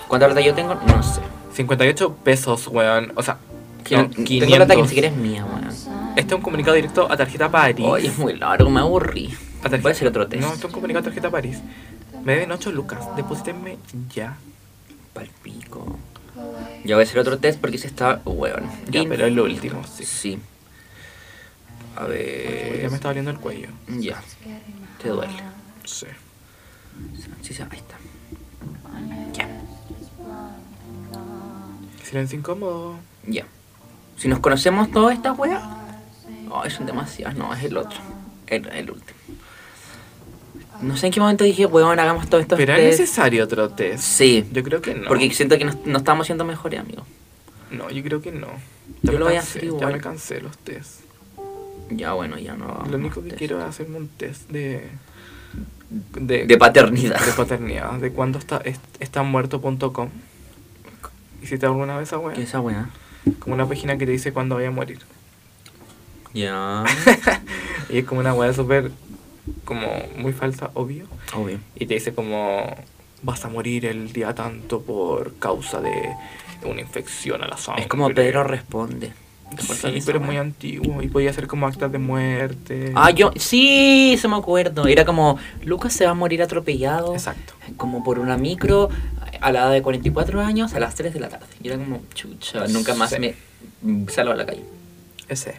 S3: ¿Cuánta plata yo tengo? No sé.
S2: 58 pesos, weón. O sea,
S3: Yo
S2: no,
S3: no- Tengo plata que ni
S2: 500.
S3: siquiera es mía, weón.
S2: Este es un comunicado directo a tarjeta París.
S3: Ay, es muy largo, me aburrí.
S2: A tarjeta-
S3: Voy a Ah, hacer otro
S2: No, este
S3: test.
S2: es un comunicado a tarjeta París. Me deben 8 lucas. Deposítenme ya.
S3: Palpico. Yo voy a hacer otro test porque se está, weón.
S2: Ya,
S3: In-
S2: pero el último, sí.
S3: Sí. A
S2: Eh, Ya
S3: ver.
S2: me está doliendo el cuello.
S3: Ya. Te duele.
S2: Sí.
S3: Sí, sí, ahí está.
S2: Silencio incómodo.
S3: Ya. Si nos conocemos todas estas weas. Ay, son demasiadas. No, es el otro. El, el último. No sé en qué momento dije, weón, hagamos todo esto.
S2: Pero es necesario otro test.
S3: Sí.
S2: Yo creo que no.
S3: Porque siento que nos, nos estamos siendo mejores, amigos.
S2: No, yo creo que no.
S3: Yo
S2: me
S3: lo voy a
S2: cansé,
S3: hacer
S2: Ya
S3: igual. Ah,
S2: me cansé los test.
S3: Ya, bueno, ya no.
S2: Lo único que
S3: vamos a
S2: quiero es hacerme un test de. De,
S3: De paternidad.
S2: De paternidad. De cuándo está, est- estamuerto.com. ¿Hiciste alguna vez esa
S3: ¿Qué
S2: wea?
S3: es esa wea?
S2: Como una página que te dice cuándo voy a morir.
S3: Ya.
S2: Y es como una wea súper. Como muy falsa, obvio.
S3: Obvio.
S2: Y te dice como. Vas a morir el día tanto por causa de una infección a la sangre.
S3: Es como Pedro responde. ¿Te acuerdas de
S2: Sí,
S3: esa
S2: pero es
S3: wea?
S2: muy antiguo. Y podía ser como actas de muerte.
S3: Ah, yo. Sí, se me acuerdo. Era como, Lucas se va a morir atropellado.
S2: Exacto.
S3: Como por una micro a la edad de 44 años a las 3 de la tarde. Y era como, chucha, nunca más
S2: Sí.
S3: me salgo a la calle.
S2: Ese.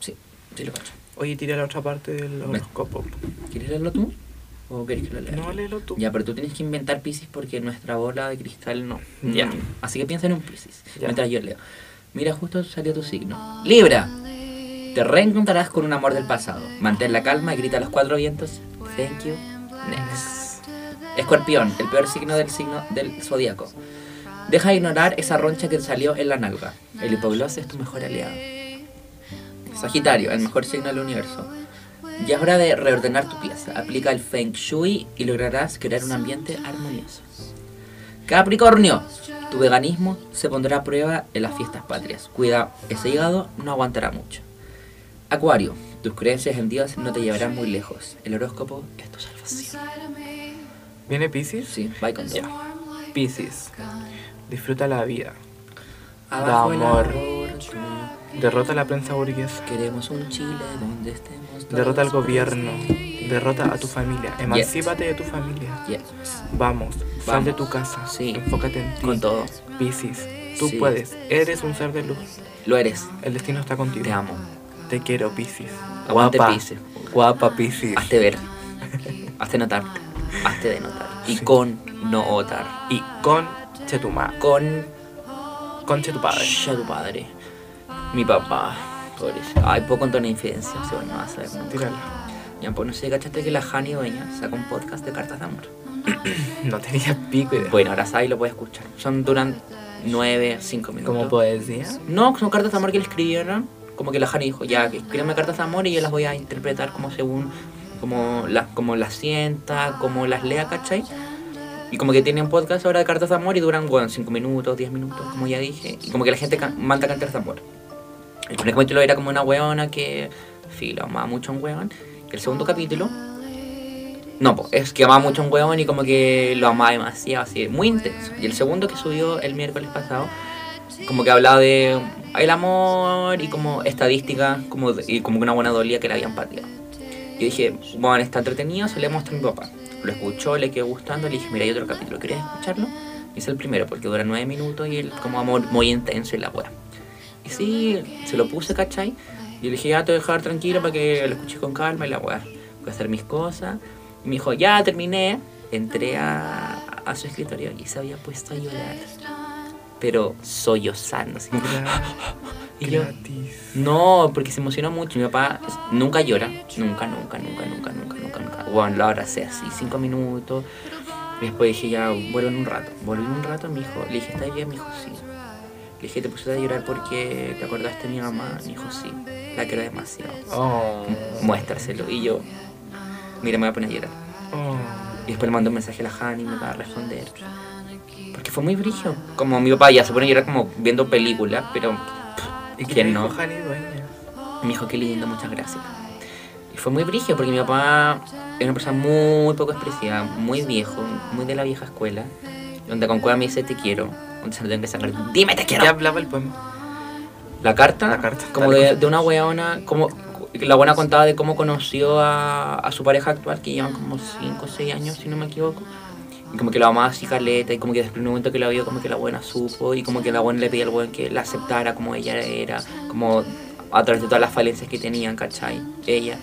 S3: Sí, sí lo cacho.
S2: Oye, tira la otra parte del horóscopo.
S3: ¿Quieres leerlo tú? ¿O querés que lo lea?
S2: No, léelo tú.
S3: Ya, pero tú tienes que inventar Pisces porque nuestra bola de cristal no.
S2: Ya.
S3: Mm. Así que piensa en un Pisces.
S2: Ya.
S3: Mientras yo leo. Mira, justo salió tu signo. Libra. Te reencontrarás con un amor del pasado. Mantén la calma y grita a los cuatro vientos. Thank you. Next. Escorpión, el peor signo del signo del zodiaco. Deja de ignorar esa roncha que te salió en la nalga. El hipoglós es tu mejor aliado. Sagitario, el mejor signo del universo. Ya es hora de reordenar tu pieza. Aplica el Feng Shui y lograrás crear un ambiente armonioso. Capricornio, tu veganismo se pondrá a prueba en las fiestas patrias. Cuida, ese hígado no aguantará mucho. Acuario, tus creencias en Dios no te llevarán muy lejos. El horóscopo es tu salvación.
S2: ¿Viene Pisces?
S3: Sí, bye con todo.
S2: Pisces. Disfruta la vida.
S3: Abajo el
S2: amor.
S3: amor.
S2: Derrota a la prensa burguesa.
S3: Queremos un Chile donde estemos todos
S2: Derrota al gobierno. Derrota a tu familia. Emancípate de tu familia.
S3: Yes.
S2: Vamos, sal de tu casa.
S3: Sí.
S2: Enfócate en ti.
S3: Con todo.
S2: Pisces, tú
S3: Sí.
S2: puedes. Eres un ser de luz.
S3: Lo eres.
S2: El destino está contigo.
S3: Te amo.
S2: Te quiero, Pisces.
S3: Aguante, Piscis.
S2: Guapa, Pisces.
S3: Hazte ver. Hazte notar. Hazte denotar. Y
S2: Sí.
S3: con notar.
S2: Y conche tu madre.
S3: Con
S2: Conche tu padre.
S3: ya tu padre. Mi papá. Pobrecito. Ay, puedo contar una infidencia. Sí, bueno, no vas a saber nunca.
S2: Tírala.
S3: Ya, pues no sé, ¿cachaste que la Hani Dueña sacó un podcast de cartas de amor?
S2: No tenía pico idea.
S3: Bueno, ahora sabes y lo puedes escuchar. Son duran 9, 5 minutos.
S2: Como poesía.
S3: No, son cartas de amor que le escribieron. Como que la Jani dijo, ya, que escríbeme cartas de amor y yo las voy a interpretar como según, como las como las sienta, como las lea, ¿cachai? Y como que tienen podcast ahora de cartas de amor y duran, bueno, 5 minutos, 10 minutos, como ya dije. Y como que la gente can- manda cartas de amor. El primer capítulo era como una weona que, sí, la amaba mucho a un weón. Y el segundo capítulo No, po, es que amaba mucho a un huevón y como que lo amaba demasiado, así, muy intenso. Y el segundo que subió el miércoles pasado, como que hablaba de el amor y como estadísticas como, y como que una buena dolía que le habían pateado. Yo dije, bueno, está entretenido, se le mostró a mi papá. Lo escuchó, le quedó gustando, le dije, mira, hay otro capítulo, ¿quieres escucharlo? Hice el primero porque dura nueve minutos y el como amor muy intenso y la buena. Y sí, se lo puse, ¿cachai? Y le dije, ya te voy a dejar tranquilo para que lo escuches con calma y la weá. Voy a hacer mis cosas. Y me dijo, ya terminé. Entré a, a su escritorio y se había puesto a llorar. Pero sollozando. Así. y yo,
S2: Gratis.
S3: no, porque se emocionó mucho. Mi papá nunca llora. Nunca, nunca, nunca, nunca, nunca, nunca, nunca. Bueno, lo abracé así, cinco minutos. Después dije, ya, vuelvo en un rato. Volví en un rato, me dijo, le dije, ¿estás bien? Me dijo, sí. Le dije, ¿te pusiste a llorar porque te acordaste de mi mamá? Me dijo, sí. La quiero demasiado.
S2: Oh.
S3: Muéstraselo. Y yo, mira, me voy a poner a llorar.
S2: Oh.
S3: Y después le mando un mensaje a la Hani y me va a responder. Porque fue muy brillo. Como mi papá ya se pone a llorar como viendo películas, pero
S2: ¿Y
S3: ¿Quién
S2: qué te
S3: no?
S2: dijo Hani Dueñas?
S3: me dijo, qué lindo, muchas gracias. Y fue muy brillo porque mi papá es una persona muy poco expresiva, muy viejo, muy de la vieja escuela. Donde con cueva me dice te quiero. Donde se lo tengo que sacar. Dime te
S2: ¿Qué
S3: quiero.
S2: hablaba el poema?
S3: La carta,
S2: La carta,
S3: como
S2: tal
S3: de,
S2: cual.
S3: de una weona, como la buena contaba de cómo conoció a, a su pareja actual, que llevan como 5 o 6 años, si no me equivoco. Y como que la amaba así caleta, y como que después en un momento que la vio, como que la buena supo, y como que la buena le pedía al buen que la aceptara como ella era, como a través de todas las falencias que tenían, ¿cachai? Ella.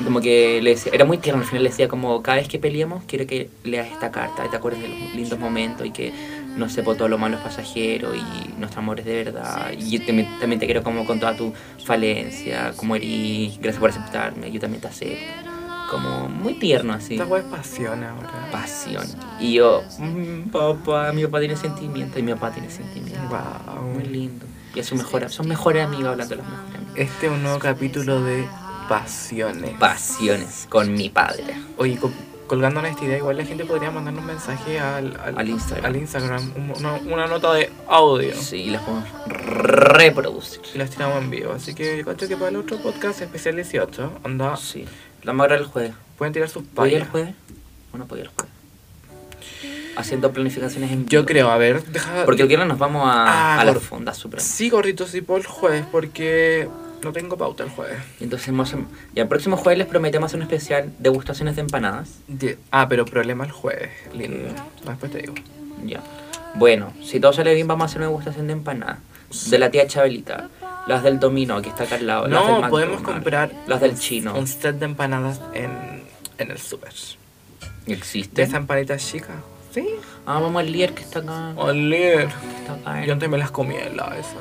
S3: Y como que le decía, era muy tierno, al final le decía como, cada vez que peleemos, quiero que leas esta carta, y te acuerdes de los lindos momentos, y que no sé, por todo lo malo es pasajero y nuestro amor es de verdad. Y yo también, también te quiero como con toda tu falencia, como eres, gracias por aceptarme, yo también te acepto. Como muy tierno así.
S2: Esta wea es pasión ahora.
S3: Pasión. Y yo, "Mm, papá, mi papá tiene sentimientos y mi papá tiene sentimientos.
S2: Wow.
S3: Muy lindo. Y es su mejor, son mejores amigos hablando de los mejores amigos.
S2: Este es un nuevo capítulo de Pasiones.
S3: Pasiones con mi padre.
S2: Oye, co- colgando en esta idea, igual la gente podría mandar un mensaje al,
S3: Al Instagram.
S2: al Instagram, un- una, una nota de audio.
S3: Sí, y las podemos reproducir.
S2: Y las tiramos en vivo. Así que yo cacho que para el otro podcast especial 18, anda,
S3: Sí. La madre del jueves.
S2: pueden tirar sus
S3: ¿Voy el
S2: páginas.
S3: jueves? ¿O no voy el jueves? Haciendo planificaciones en
S2: Yo
S3: vivo.
S2: creo, a ver, deja.
S3: Porque el viernes nos vamos a,
S2: Ah,
S3: a la
S2: por-
S3: fonda suprema.
S2: Sí, gordito, sí, por el jueves, porque no tengo pauta el jueves.
S3: Y entonces hemos- y el próximo jueves les prometemos hacer un especial degustaciones de empanadas.
S2: Ye- Ah, pero problema el jueves, lindo.
S3: Mm.
S2: Después te digo.
S3: Ya. Bueno, si todo sale bien, vamos a hacer una degustación de empanadas. De la tía Chabelita. Las del Domino, que está acá al lado. las del
S2: No, podemos
S3: McDonald's,
S2: comprar
S3: Las del chino.
S2: un set de empanadas en, en el super. De
S3: Existe.
S2: esas empanitas chicas. Sí.
S3: Ah, vamos al líder que está acá.
S2: Oler.
S3: que está acá en-
S2: Yo antes me las comía en la esa.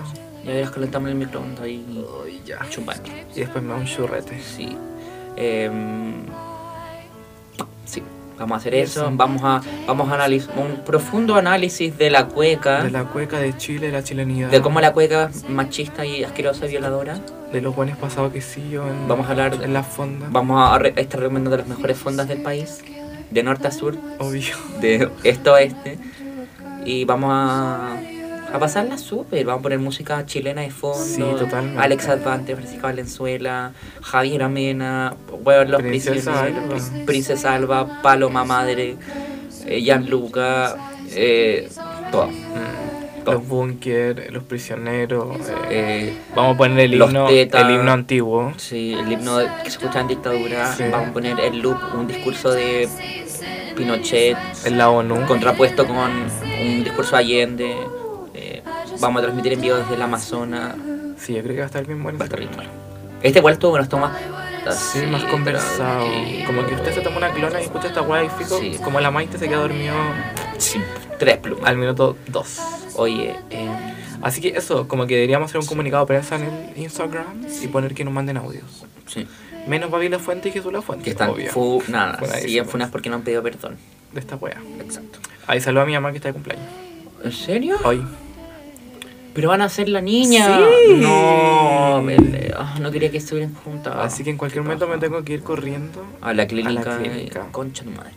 S3: Ya verás, calentamos el microondas y
S2: Ay, ya.
S3: chupando.
S2: Y después me da un churrete.
S3: Sí. Em, sí, vamos a hacer
S2: Eso.
S3: eso. Vamos a, vamos a analizar un profundo análisis de la cueca,
S2: De
S3: de,
S2: la cueca de Chile, la chilenidad.
S3: ¿Ah? cómo la cueca es machista y asquerosa y violadora.
S2: De los buenos pasados que sí yo en,
S3: Vamos a hablar de-
S2: en la fonda.
S3: Vamos a re- estar recomendando las mejores fondas del país, de norte a sur,
S2: Obvio.
S3: de este a oeste. Y vamos a, a pasarla súper. Vamos a poner música chilena de fondo.
S2: Sí, totalmente.
S3: Alex Advante, Francisca Valenzuela, Javier Amena, bueno, los
S2: Princesa
S3: prisioneros,
S2: Alba.
S3: Princesa Alba, Paloma Madre, eh, Gianluca, eh, todo.
S2: Mm,
S3: Todo.
S2: Los búnker, los prisioneros. eh,
S3: Eh,
S2: vamos a poner el
S3: los
S2: himno,
S3: tetas.
S2: el himno antiguo.
S3: sí, el himno que se escucha en dictadura.
S2: Sí.
S3: Vamos a poner el loop, un discurso de Pinochet.
S2: En la ONU.
S3: contrapuesto con un discurso de Allende. eh, vamos a transmitir en vivo desde el Amazonas.
S2: Sí, yo creo que va a estar bien bueno.
S3: Va a estar rico. Este igual tuvo unos tomas
S2: Sí,
S3: así,
S2: más conversado.
S3: tranquilo.
S2: Como que usted se toma una clona y escucha esta guay fijo.
S3: Sí.
S2: Como la Maite se queda dormido
S3: Sí, tres plumas.
S2: al minuto 2.
S3: Oye, eh,
S2: Así que eso, como que deberíamos hacer un comunicado de prensa en el Instagram y poner que nos manden audios.
S3: sí,
S2: Menos Babi La Fuente y Jesús La Fuente.
S3: que están
S2: obvio,
S3: funadas.
S2: Funadísimas.
S3: Siguen funas porque no han pedido perdón.
S2: de esta wea.
S3: Exacto.
S2: Ahí saludo a mi mamá que está de cumpleaños.
S3: ¿En serio?
S2: Hoy.
S3: Pero van a ser la niña.
S2: Sí.
S3: No, me leo. no quería que estuvieran juntas.
S2: Así que en cualquier momento me tengo que ir corriendo.
S3: A la clínica.
S2: A la clínica.
S3: Concha de tu madre.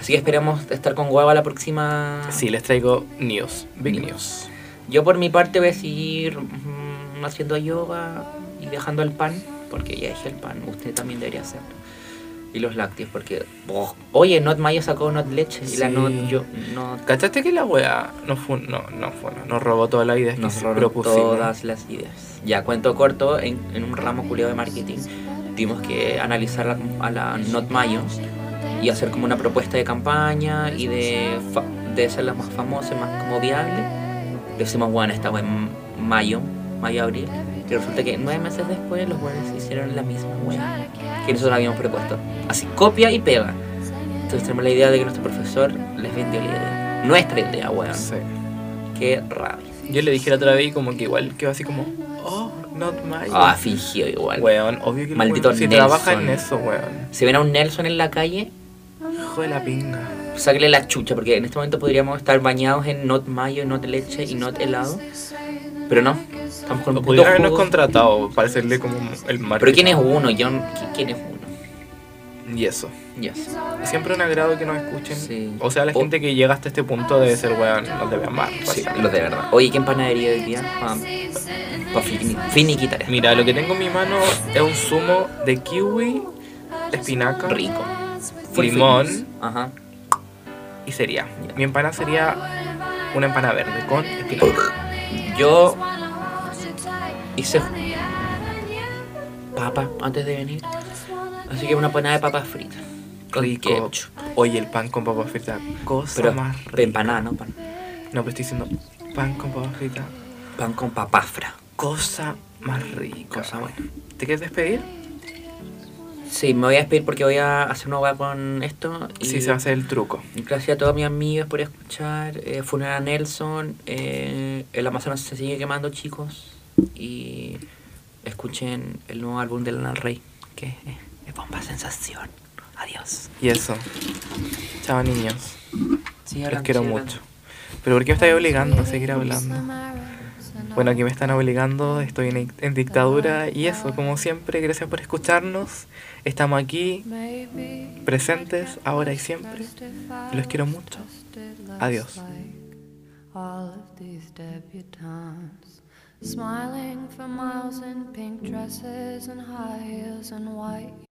S3: Así que esperamos estar con Guava la próxima.
S2: Sí, les traigo news. Big news.
S3: Yo por mi parte voy a seguir mm, haciendo yoga y dejando el pan, porque ya dejé el pan, usted también debería hacerlo. y los lácteos, porque. boh, Oye, Not Maya sacó Not Leche y la
S2: Sí.
S3: Not yo. Not
S2: ¿Cachaste que la wea nos fue, no, no fue, no, nos robó toda la idea que
S3: nos
S2: se
S3: robaron
S2: propusimos?
S3: todas las ideas. Ya, cuento corto, en, en un ramo culiado de marketing tuvimos que analizar la- a la Not Mayo y hacer como una propuesta de campaña y de, fa- de ser la más famosa, más como viable. Decimos, bueno, esta web en mayo, mayo-abril. Y resulta que nueve meses después los weones hicieron la misma web que nosotros habíamos propuesto. Así, copia y pega. Entonces tenemos la idea de que nuestro profesor les vendió la idea. Nuestra idea, weón.
S2: Sí.
S3: Qué rabia.
S2: Yo le dije la otra vez como que igual quedó así como, oh, not my.
S3: Ah, fingió igual.
S2: Weón, obvio que el
S3: Maldito
S2: weón- si
S3: Nelson.
S2: trabaja en eso, weón.
S3: Si ven a un Nelson en la calle,
S2: Hijo de la pinga.
S3: sáquenle la chucha, porque en este momento podríamos estar bañados en not mayo, not leche y not helado. Pero no, estamos con
S2: Lo
S3: un puto
S2: pudieron habernos
S3: jugo.
S2: contratado para hacerle como el marketing.
S3: Pero ¿quién es uno? Yo, no- ¿qui- ¿Quién es uno?
S2: Y eso.
S3: Yes.
S2: Siempre un agrado que nos escuchen.
S3: Sí.
S2: O sea, la
S3: O-
S2: gente que llega hasta este punto debe ser, weón, nos debe amar.
S3: Sí,
S2: básicamente.
S3: los de verdad. Oye, ¿qué empanadería hoy día? Pa, pa fini- finiquitar.
S2: Mira, lo que tengo en mi mano es un zumo de kiwi, de espinaca,
S3: Rico. Full
S2: limón
S3: fitness. Ajá.
S2: y sería.
S3: Ya.
S2: Mi empanada sería una empanada verde con espinaca.
S3: Yo hice papas antes de venir. Así que una empanada de papas fritas. Con
S2: Rico.
S3: ketchup.
S2: Oye, el pan con papas fritas. Cosa
S3: Pero
S2: más rica.
S3: de empanada, ¿no? Pan,
S2: No, pero estoy diciendo pan con papas fritas.
S3: pan con papafra.
S2: Cosa más rica.
S3: Cosa buena.
S2: ¿Te quieres despedir?
S3: Sí, me voy a despedir porque voy a hacer una hueá con esto. Y
S2: Sí, se va a hacer el truco.
S3: Gracias a todos mis amigos por escuchar. Eh, Funeral a Nelson. eh, el Amazonas se sigue quemando, chicos. Y escuchen el nuevo álbum de Lana Rey, que es, es bomba sensación. Adiós.
S2: Y eso. Chao, niños.
S3: Sí,
S2: Los quiero mucho. Pero ¿por qué me estáis obligando a seguir hablando? Bueno, aquí me están obligando, estoy en, en dictadura y eso, como siempre, gracias por escucharnos. Estamos aquí, presentes, ahora y siempre. Los quiero mucho. Adiós.
S1: All of these debutantes smiling for miles in pink dresses and high heels and white.